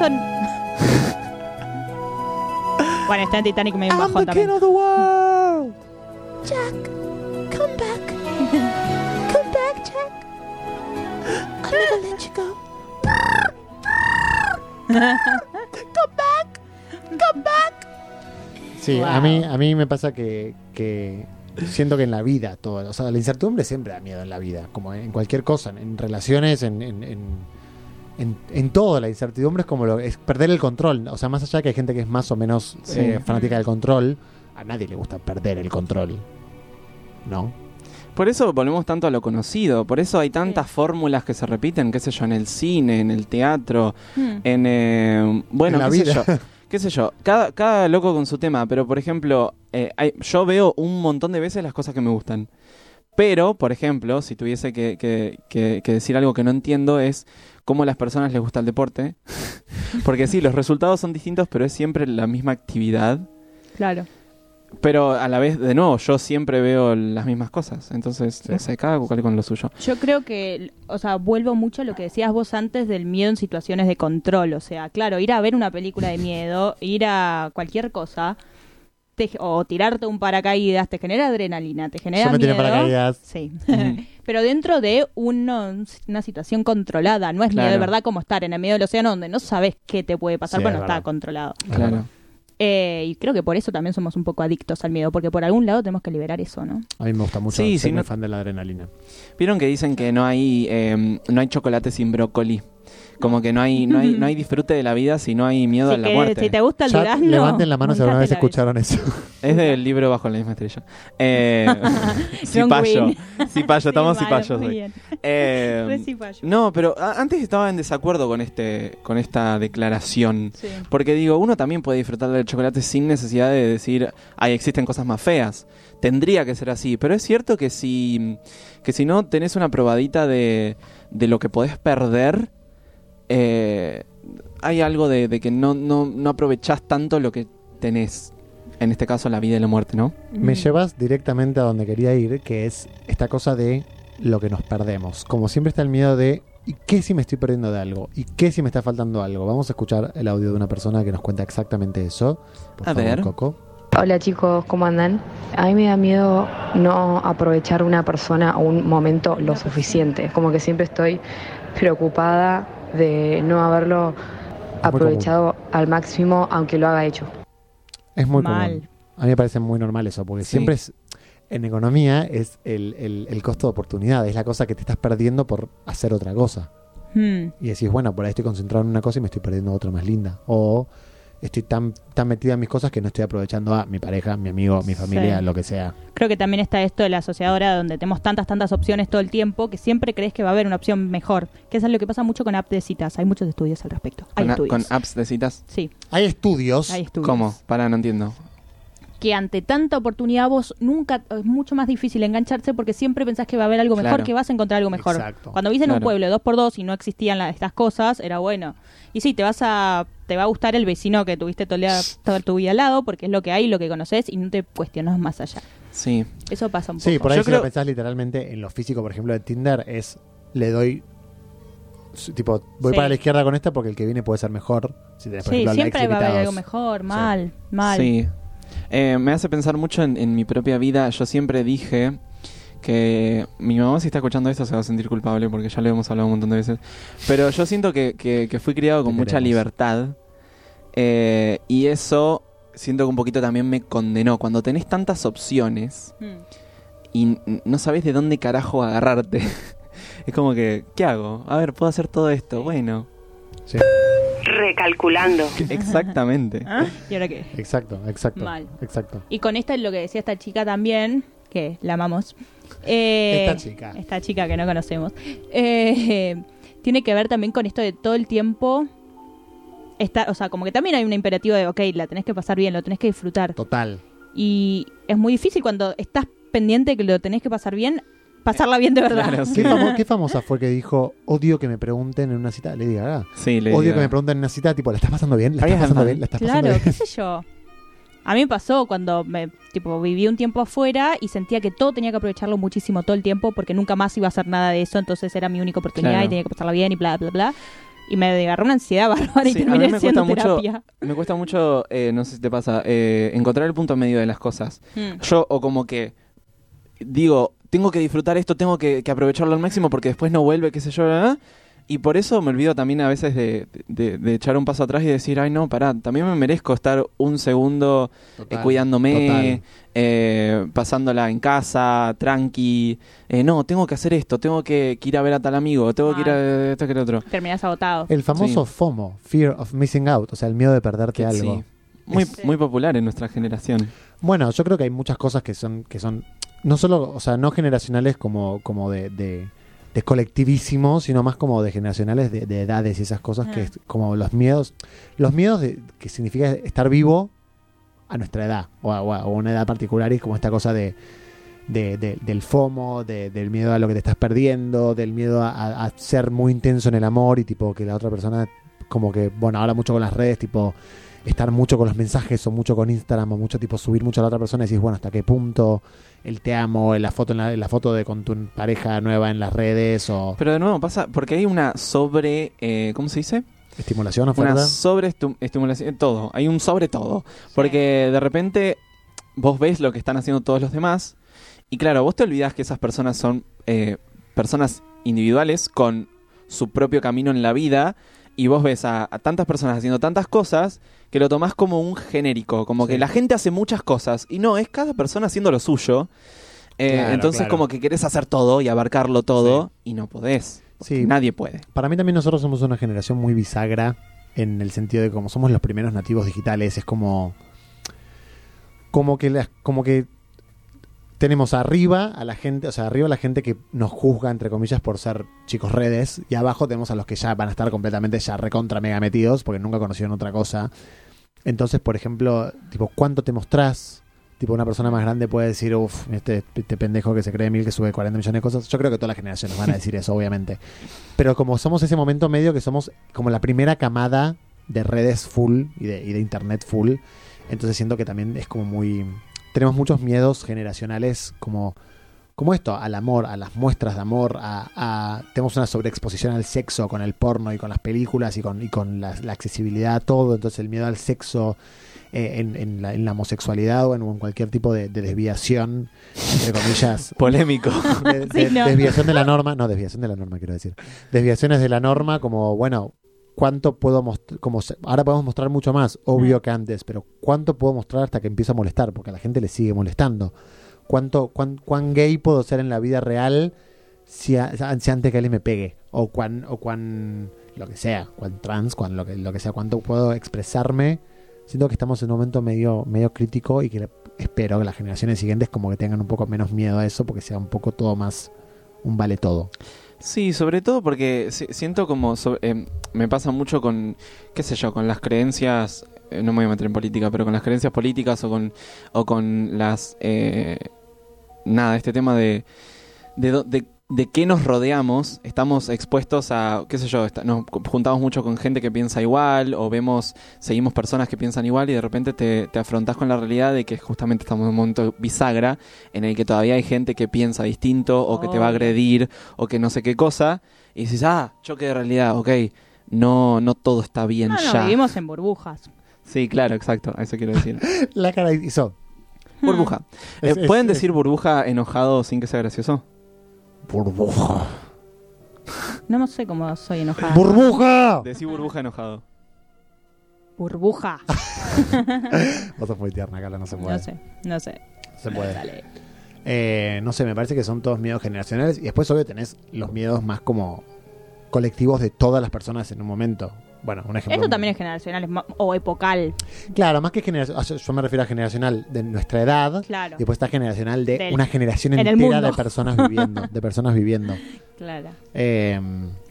bueno, está en Titanic medio un
I'm the
bajón
king
también.
of Ah, the world.
Come back. Come back, Jack. I'll never let you go. Come back. Come back.
Sí, a, mí, a mí me pasa que, que siento que en la vida, todo, o sea, la incertidumbre siempre da miedo en la vida, como en cualquier cosa, en, en relaciones, en, en, en- en- en todo. La incertidumbre es como lo, es perder el control. O sea, más allá que hay gente que es más o menos
Sí.
eh, fanática del control, a nadie le gusta perder el control. ¿No?
Por eso volvemos tanto a lo conocido. Por eso hay tantas fórmulas que se repiten, qué sé yo, en el cine, en el teatro,
Hmm.
en eh, bueno
En la
qué sé
vida.
yo qué sé yo cada, cada loco con su tema pero por ejemplo eh, hay- yo veo un montón de veces las cosas que me gustan pero por ejemplo si tuviese que, que- que- que decir algo que no entiendo es cómo a las personas les gusta el deporte (laughs) porque sí los resultados son distintos pero es siempre la misma actividad
Claro.
pero a la vez de nuevo yo siempre veo las mismas cosas entonces no sé cada cual con lo suyo
Yo creo que, o sea, vuelvo mucho a lo que decías vos antes del miedo en situaciones de control. O sea, claro, ir a ver una película de miedo, ir a cualquier cosa, te- o tirarte un paracaídas, te genera adrenalina, te genera
Yo me tiré
miedo.
paracaídas.
Sí. (laughs) Pero dentro de uno- una situación controlada, no es miedo de
Claro.
verdad como estar en el medio del océano donde no sabes qué te puede pasar,
Sí,
bueno,
es
está
verdad.
controlado.
Claro.
Eh, y creo que por eso también somos un poco adictos al miedo, porque por algún lado tenemos que liberar eso, ¿no?
A mí me gusta mucho.
Sí,
soy
sí,
muy
no-
fan de la adrenalina.
Vieron que dicen que no hay eh, no hay chocolate sin brócoli. Como que no hay no hay no hay disfrute de la vida si no hay miedo a
Así
la
que
muerte.
si te gusta el
Ya
durazno.
levanten la mano si alguna
bancate
vez
la
escucharon eso.
Es del libro Bajo la misma estrella.
(laughs)
Eh,
John
Cipayo.
Wynne.
Cipayo, estamos
Sí,
cipayos
muy
hoy.
bien.
Eh,
Re cipayo.
no, pero a- antes estaba en desacuerdo con este con esta declaración.
Sí.
Porque digo, uno también puede disfrutar del chocolate sin necesidad de decir, ay, existen cosas más feas. Tendría que ser así. Pero es cierto que si, que si no tenés una probadita de, de lo que podés perder, eh, hay algo de, de que no, no, no aprovechás tanto lo que tenés. En este caso, la vida y la muerte, ¿no?
Me llevas directamente a donde quería ir, que es esta cosa de lo que nos perdemos. Como siempre está el miedo de ¿y qué si me estoy perdiendo de algo? ¿Y qué si me está faltando algo? Vamos a escuchar el audio de una persona que nos cuenta exactamente eso. Por
A
favor,
ver.
Coco.
Hola chicos, ¿cómo andan? A mí me da miedo no aprovechar una persona o un momento lo suficiente. Como que siempre estoy preocupada de no haberlo aprovechado al máximo, aunque lo haga hecho.
Es muy
Mal.
común. A mí me parece muy normal eso, porque
Sí.
siempre es. En economía es el, el- el costo de oportunidad, es la cosa que te estás perdiendo por hacer otra cosa.
Mm.
Y decís, bueno, por ahí estoy concentrado en una cosa y me estoy perdiendo otra más linda. O estoy tan, tan metida en mis cosas que no estoy aprovechando a mi pareja, mi amigo, mi familia,
Sí.
lo que sea.
Creo que también está esto de la asociadora donde tenemos tantas, tantas opciones todo el tiempo que siempre crees que va a haber una opción mejor. Que eso es lo que pasa mucho con app de citas. Hay muchos estudios al respecto. Hay
Con, a- con
estudios.
apps de citas.
Sí,
Hay estudios.
hay estudios.
¿Cómo? Para, no entiendo.
Que ante tanta oportunidad vos nunca es mucho más difícil engancharse porque siempre pensás que va a haber algo mejor,
Claro.
que vas a encontrar algo mejor.
Exacto.
Cuando viste en un
Claro.
pueblo de dos por dos y no existían la- estas cosas, era bueno. Y sí, te vas a te va a gustar el vecino que tuviste todo el día- toda tu vida al lado porque es lo que hay, lo que conoces y no te cuestionas más allá.
Sí.
Eso pasa un poco.
Sí, por ahí
Yo
si lo
creo-
pensás literalmente en lo físico, por ejemplo, de Tinder, es le doy. s- Tipo, voy
Sí.
para la izquierda con esta porque el que viene puede ser mejor. Si tenés, por
Sí,
ejemplo,
siempre
likes
va a haber
limitados.
algo mejor, mal, mal.
Sí. Eh, me hace pensar mucho en, en mi propia vida. Yo siempre dije que mi mamá si está escuchando esto se va a sentir culpable porque ya lo hemos hablado un montón de veces. Pero yo siento que, que- que fui criado con
Te
mucha
queremos.
libertad eh, y eso siento que un poquito también me condenó. Cuando tenés tantas opciones
Mm.
y n- no sabes de dónde carajo agarrarte. (laughs) Es como que, ¿qué hago? A ver, puedo hacer todo esto. Bueno,
Sí,
Recalculando.
exactamente.
¿Ah? ¿Y ahora qué?
exacto, exacto.
Mal.
Exacto.
Y con esta es lo que decía esta chica también, que la amamos. Eh,
Esta chica.
Esta chica que no conocemos. Eh, tiene que ver también con esto de todo el tiempo. Estar, o sea, como que también hay un imperativo de, ok, la tenés que pasar bien, lo tenés que disfrutar.
Total.
Y es muy difícil cuando estás pendiente de que lo tenés que pasar bien, pasarla bien de verdad.
Claro,
¿Qué,
sí.
famo- qué famosa fue que dijo, odio que me pregunten en una cita? Le diga, ah.
Sí, le
Odio
digo.
que me pregunten en una cita, tipo, ¿la estás pasando bien? ¿La
Ahí
estás
es
pasando
verdad.
bien? ¿La estás pasando
Claro,
bien?
(laughs)
qué sé yo. A mí me pasó cuando me, tipo, viví un tiempo afuera y sentía que todo tenía que aprovecharlo muchísimo todo el tiempo porque nunca más iba a hacer nada de eso, entonces era mi única oportunidad
Claro.
y tenía que pasarla bien y bla, bla, bla. Y me agarró una ansiedad (laughs) bárbara y
Sí, a mí
terminé
me
haciendo
cuesta mucho-
terapia.
Me cuesta mucho, eh, no sé si te pasa, eh, encontrar el punto medio de las cosas.
Mm.
Yo, o como que digo, tengo que disfrutar esto, tengo que, que aprovecharlo al máximo porque después no vuelve, qué sé yo, ¿eh? y por eso me olvido también a veces de, de- de echar un paso atrás y decir, ay, no, pará, también me merezco estar un segundo eh,
Total,
cuidándome,
total.
eh, pasándola en casa, tranqui. Eh, no, tengo que hacer esto, tengo que, que ir a ver a tal amigo, tengo que ir a esto que lo otro.
Terminás agotado.
Eh,
El famoso FOMO, Fear of Missing Out, o sea, el miedo de perderte
Sí.
algo.
Muy,
Sí.
muy popular en nuestra generación.
Bueno, yo creo que hay muchas cosas que son, que son no solo, o sea, no generacionales como, como de, de, de colectivísimo, sino más como de generacionales de, de edades y esas cosas que
Ah.
es como los miedos. Los miedos de- que significa estar vivo a nuestra edad o a, o a- o a una edad particular y como esta cosa de, de- de- del FOMO, de- del miedo a lo que te estás perdiendo, del miedo a, a- a ser muy intenso en el amor y tipo que la otra persona como que, bueno, ahora mucho con las redes, tipo estar mucho con los mensajes o mucho con Instagram o mucho tipo subir mucho a la otra persona y decís, bueno, hasta qué punto el te amo, la foto en la, la foto de con tu pareja nueva en las redes o
Pero de nuevo pasa, porque hay una sobre, eh, ¿cómo se dice?
estimulación
Una eh,
oferta.
sobre estimulación, todo, hay un sobre todo. Porque de repente vos ves lo que están haciendo todos los demás. Y claro, vos te olvidás que esas personas son eh, personas individuales con su propio camino en la vida. Y vos ves a, a tantas personas haciendo tantas cosas que lo tomás como un genérico, como que la gente hace muchas cosas. Y no, es cada persona haciendo lo suyo. Eh,
Claro,
entonces
claro.
como que querés hacer todo y abarcarlo todo y no podés.
Sí.
Nadie puede.
Para mí también nosotros somos una generación muy bisagra en el sentido de como somos los primeros nativos digitales, es como como que las como que tenemos arriba a la gente, o sea, arriba a la gente que nos juzga entre comillas por ser chicos redes y abajo tenemos a los que ya van a estar completamente ya recontra mega metidos porque nunca conocieron otra cosa. Entonces, por ejemplo, tipo, ¿cuánto te mostrás? Tipo, una persona más grande puede decir, uff, este, este pendejo que se cree mil, que sube 40 millones de cosas. Yo creo que todas las generaciones van a decir eso, obviamente. Pero como somos ese momento medio que somos como la primera camada de redes full y de, y de internet full, entonces siento que también es como muy... Tenemos muchos miedos generacionales como, como esto, al amor, a las muestras de amor, a, a- tenemos una sobreexposición al sexo con el porno y con las películas y con, y con la, la accesibilidad a todo, entonces el miedo al sexo eh, en, en la, en la homosexualidad o en, o en cualquier tipo de, de desviación, entre comillas.
Polémico.
(laughs) De- de-
Sí, no.
Desviación de la norma, no, desviación de la norma quiero decir. Desviaciones de la norma como, bueno, ¿cuánto puedo mostrar? Como se- ahora podemos mostrar mucho más, obvio que antes, pero ¿cuánto puedo mostrar hasta que empieza a molestar? Porque a la gente le sigue molestando. ¿Cuánto, cuán, cuán gay puedo ser en la vida real si, a- si antes que alguien me pegue? O cuán, o cuán lo que sea, cuán trans, cuán lo que, lo que sea, cuánto puedo expresarme. Siento que estamos en un momento medio, medio crítico y que la- espero que las generaciones siguientes como que tengan un poco menos miedo a eso porque sea un poco todo más un vale todo.
Sí, sobre todo porque si- siento como... so- em, me pasa mucho con, qué sé yo, con las creencias... eh, No me voy a meter en política, pero con las creencias políticas o con, o con las... eh, nada, este tema de, de, do- de, de qué nos rodeamos. Estamos expuestos a, qué sé yo, esta- nos juntamos mucho con gente que piensa igual o vemos, seguimos personas que piensan igual y de repente te, te afrontas con la realidad de que justamente estamos en un momento bisagra en el que todavía hay gente que piensa distinto o que te va a
Obvio.
agredir o que no sé qué cosa y dices, ah, choque de realidad, ok. No, no todo está bien
Ah, No, no,
ya.
vivimos en burbujas.
Sí, claro, exacto, a eso
(laughs)
quiero decir.
Hmm.
La cara hizo.
Burbuja. Eh,
Es- es-
¿Pueden
es-
decir burbuja enojado sin que sea gracioso?
Burbuja.
No sé cómo soy enojada.
¡Burbuja!
Decí burbuja enojado.
Burbuja.
Ah,
Vos sos muy tierna, Carla, no se puede.
no sé, no sé.
Se puede. Eh, no sé, me parece que son todos miedos generacionales. Y después, obvio, tenés los miedos más como colectivos de todas las personas en un momento. Bueno, un ejemplo.
Esto también es generacional es ma- o epocal.
Claro, más que generacional. Yo me refiero a generacional de nuestra edad.
Claro.
Después está generacional de
Del-
una generación
en el
entera
mundo.
de personas viviendo. De personas
(laughs)
viviendo.
Claro.
Eh,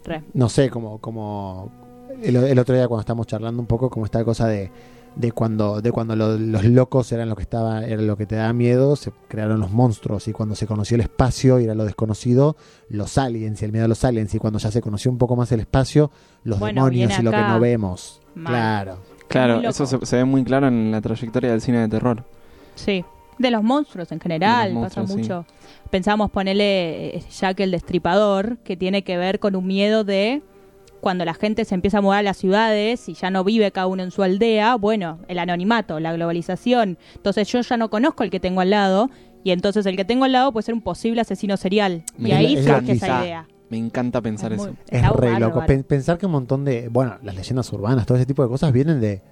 Re.
no sé, como, como el, el otro día cuando estábamos charlando un poco, como esta cosa de, de cuando, de cuando lo- los locos eran lo que estaba, era lo que te daba miedo, se crearon los monstruos, y cuando se conoció el espacio y era lo desconocido, los aliens y el miedo a los aliens, y cuando ya se conoció un poco más el espacio, los
Bueno,
demonios
viene
y lo que
acá.
no vemos.
Mal.
Claro.
Claro,
Muy loco.
eso se, se ve muy claro en la trayectoria del cine de terror.
Sí. De los monstruos en general,
De los
pasa
monstruos,
mucho. Pensamos ponerle eh, Jack el Destripador, que tiene que ver con un miedo de cuando la gente se empieza a mudar a las ciudades y ya no vive cada uno en su aldea, bueno, el anonimato, la globalización. Entonces yo ya no conozco el que tengo al lado y entonces el que tengo al lado puede ser un posible asesino serial. y ahí
es la
surge esa
quizá.
idea.
Me encanta pensar
Es muy-
eso.
Es
Está
re
bárbaro.
loco. Pen- pensar que un montón de. Bueno, las leyendas urbanas, todo ese tipo de cosas vienen de.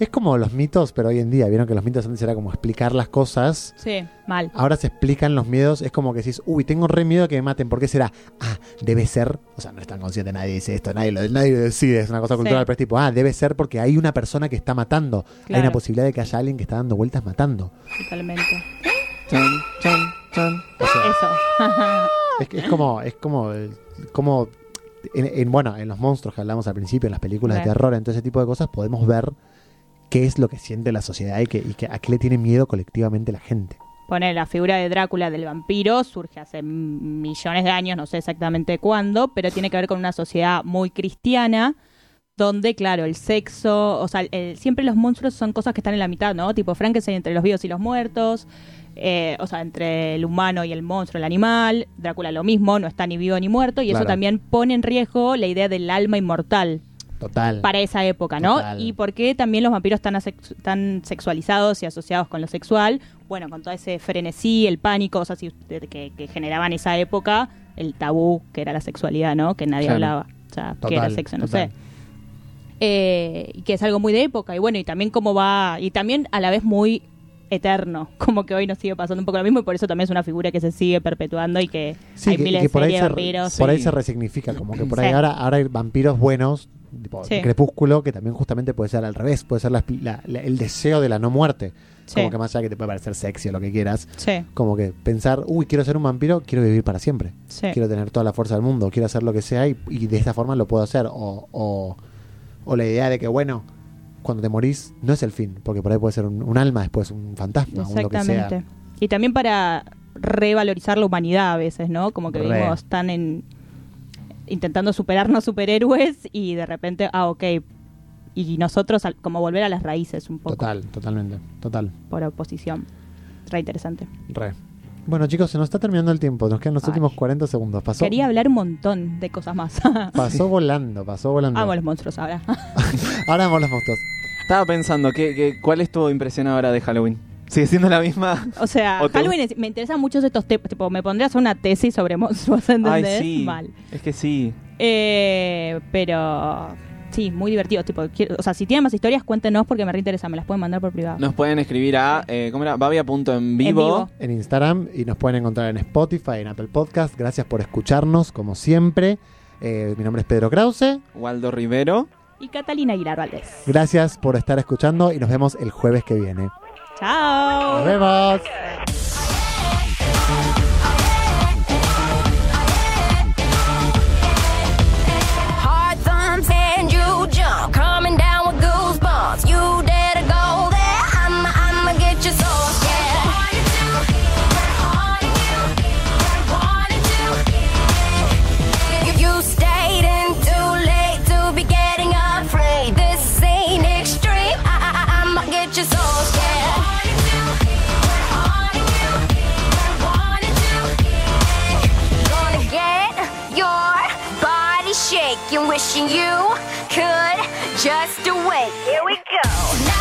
Es como los mitos, pero hoy en día, vieron que los mitos antes era como explicar las cosas.
Sí, mal.
Ahora se explican los miedos, es como que decís, uy, tengo re miedo que me maten, ¿por qué será? Ah, debe ser, o sea, no es tan consciente, nadie dice esto, nadie lo, nadie lo decide, es una cosa
Sí.
cultural, pero es tipo, ah, debe ser porque hay una persona que está matando, hay
Claro.
una posibilidad de que haya alguien que está dando vueltas matando.
Totalmente.
Chan, chan, chan.
Eso.
Es, que- es como, es como, el- como en, en- bueno, en los monstruos que hablamos al principio, en las películas
Re.
de terror, en todo ese tipo de cosas, podemos ver qué es lo que siente la sociedad y, que, y que- a qué le tiene miedo colectivamente la gente.
Poner la figura de Drácula del vampiro surge hace m- millones de años, no sé exactamente cuándo, pero tiene que ver con una sociedad muy cristiana, donde, claro, el sexo, o sea, el- siempre los monstruos son cosas que están en la mitad, ¿no? Tipo Frankenstein entre los vivos y los muertos, eh, o sea, entre el humano y el monstruo, el animal, Drácula lo mismo, no está ni vivo ni muerto, y eso
Claro.
también pone en riesgo la idea del alma inmortal.
Total.
para esa época, ¿no?
Total.
Y por qué también los vampiros están, asex- tan sexualizados y asociados con lo sexual, bueno, con todo ese frenesí, el pánico, o sea, si usted- que, que generaban esa época, el tabú que era la sexualidad, ¿no? Que nadie
Claro.
hablaba, o sea, que era
Total,
sexo, no
total.
sé. Eh, y que es algo muy de época, y bueno, y también cómo va, y también a la vez muy eterno, (laughs) como que hoy nos sigue pasando un poco lo mismo, y por eso también es una figura que se sigue perpetuando y que
Sí,
hay
que,
miles
que
de
por, ahí
series
se,
de vampiros.
por ahí
Sí.
se resignifica, como que por ahí
Sí.
ahora, ahora hay vampiros buenos, tipo
Sí.
Crepúsculo, que también justamente puede ser al revés, puede ser la espi- la- la- el deseo de la no muerte.
Sí.
Como que más allá que te puede parecer sexy o lo que quieras,
Sí.
como que pensar, uy, quiero ser un vampiro, quiero vivir para siempre.
Sí.
Quiero tener toda la fuerza del mundo, quiero hacer lo que sea y, y de esta forma lo puedo hacer. O, o, o la idea de que, bueno, cuando te morís no es el fin, porque por ahí puede ser un, un alma después, un fantasma, un lo que sea.
Exactamente. Y también para revalorizar la humanidad a veces, ¿no? Como que
Re.
vimos tan en intentando superarnos superhéroes y de repente, ah, ok. Y nosotros al- como volver a las raíces un poco
Total, totalmente, total.
por oposición. Re interesante.
Re. Bueno, chicos, se nos está terminando el tiempo. Nos quedan los
Ay.
últimos 40 segundos. Pasó,
Quería hablar un montón de cosas más.
(laughs) pasó volando, pasó volando.
Amo a los monstruos ahora.
(laughs)
(laughs)
Ahora vamos los monstruos.
Estaba pensando, ¿qué, qué, cuál es tu impresión ahora de Halloween? ¿Sigue siendo la misma?
O sea,
¿O te
Halloween es- me interesan muchos de estos temas. Tipo, me pondría a hacer una tesis sobre monstruos, (laughs)
Ay,
¿entendés?
sí.
Mal.
Es que sí.
Eh, pero sí, muy divertido. Tipo, quiero- o sea, si tienen más historias, cuéntenos porque me reinteresa. Me las pueden mandar por privado.
Nos pueden escribir a, eh, ¿cómo era? Babia.envivo.
En Instagram y nos pueden encontrar en Spotify, en Apple Podcast. Gracias por escucharnos, como siempre. Eh, mi nombre es Pedro Krause.
Waldo Rivero.
Y Catalina Aguilar Valdés.
Gracias por estar escuchando y nos vemos el jueves que viene.
Chao.
Nos vemos.
Hard thumps and you jump, coming down with goosebumps. You dare to go there? I'ma, I'ma get you so scared. You- You stayed in too late to be getting afraid. This ain't extreme. I, I, I- I'ma get you so scared. Gonna get your body shaking, wishing you could just awake. Here we go.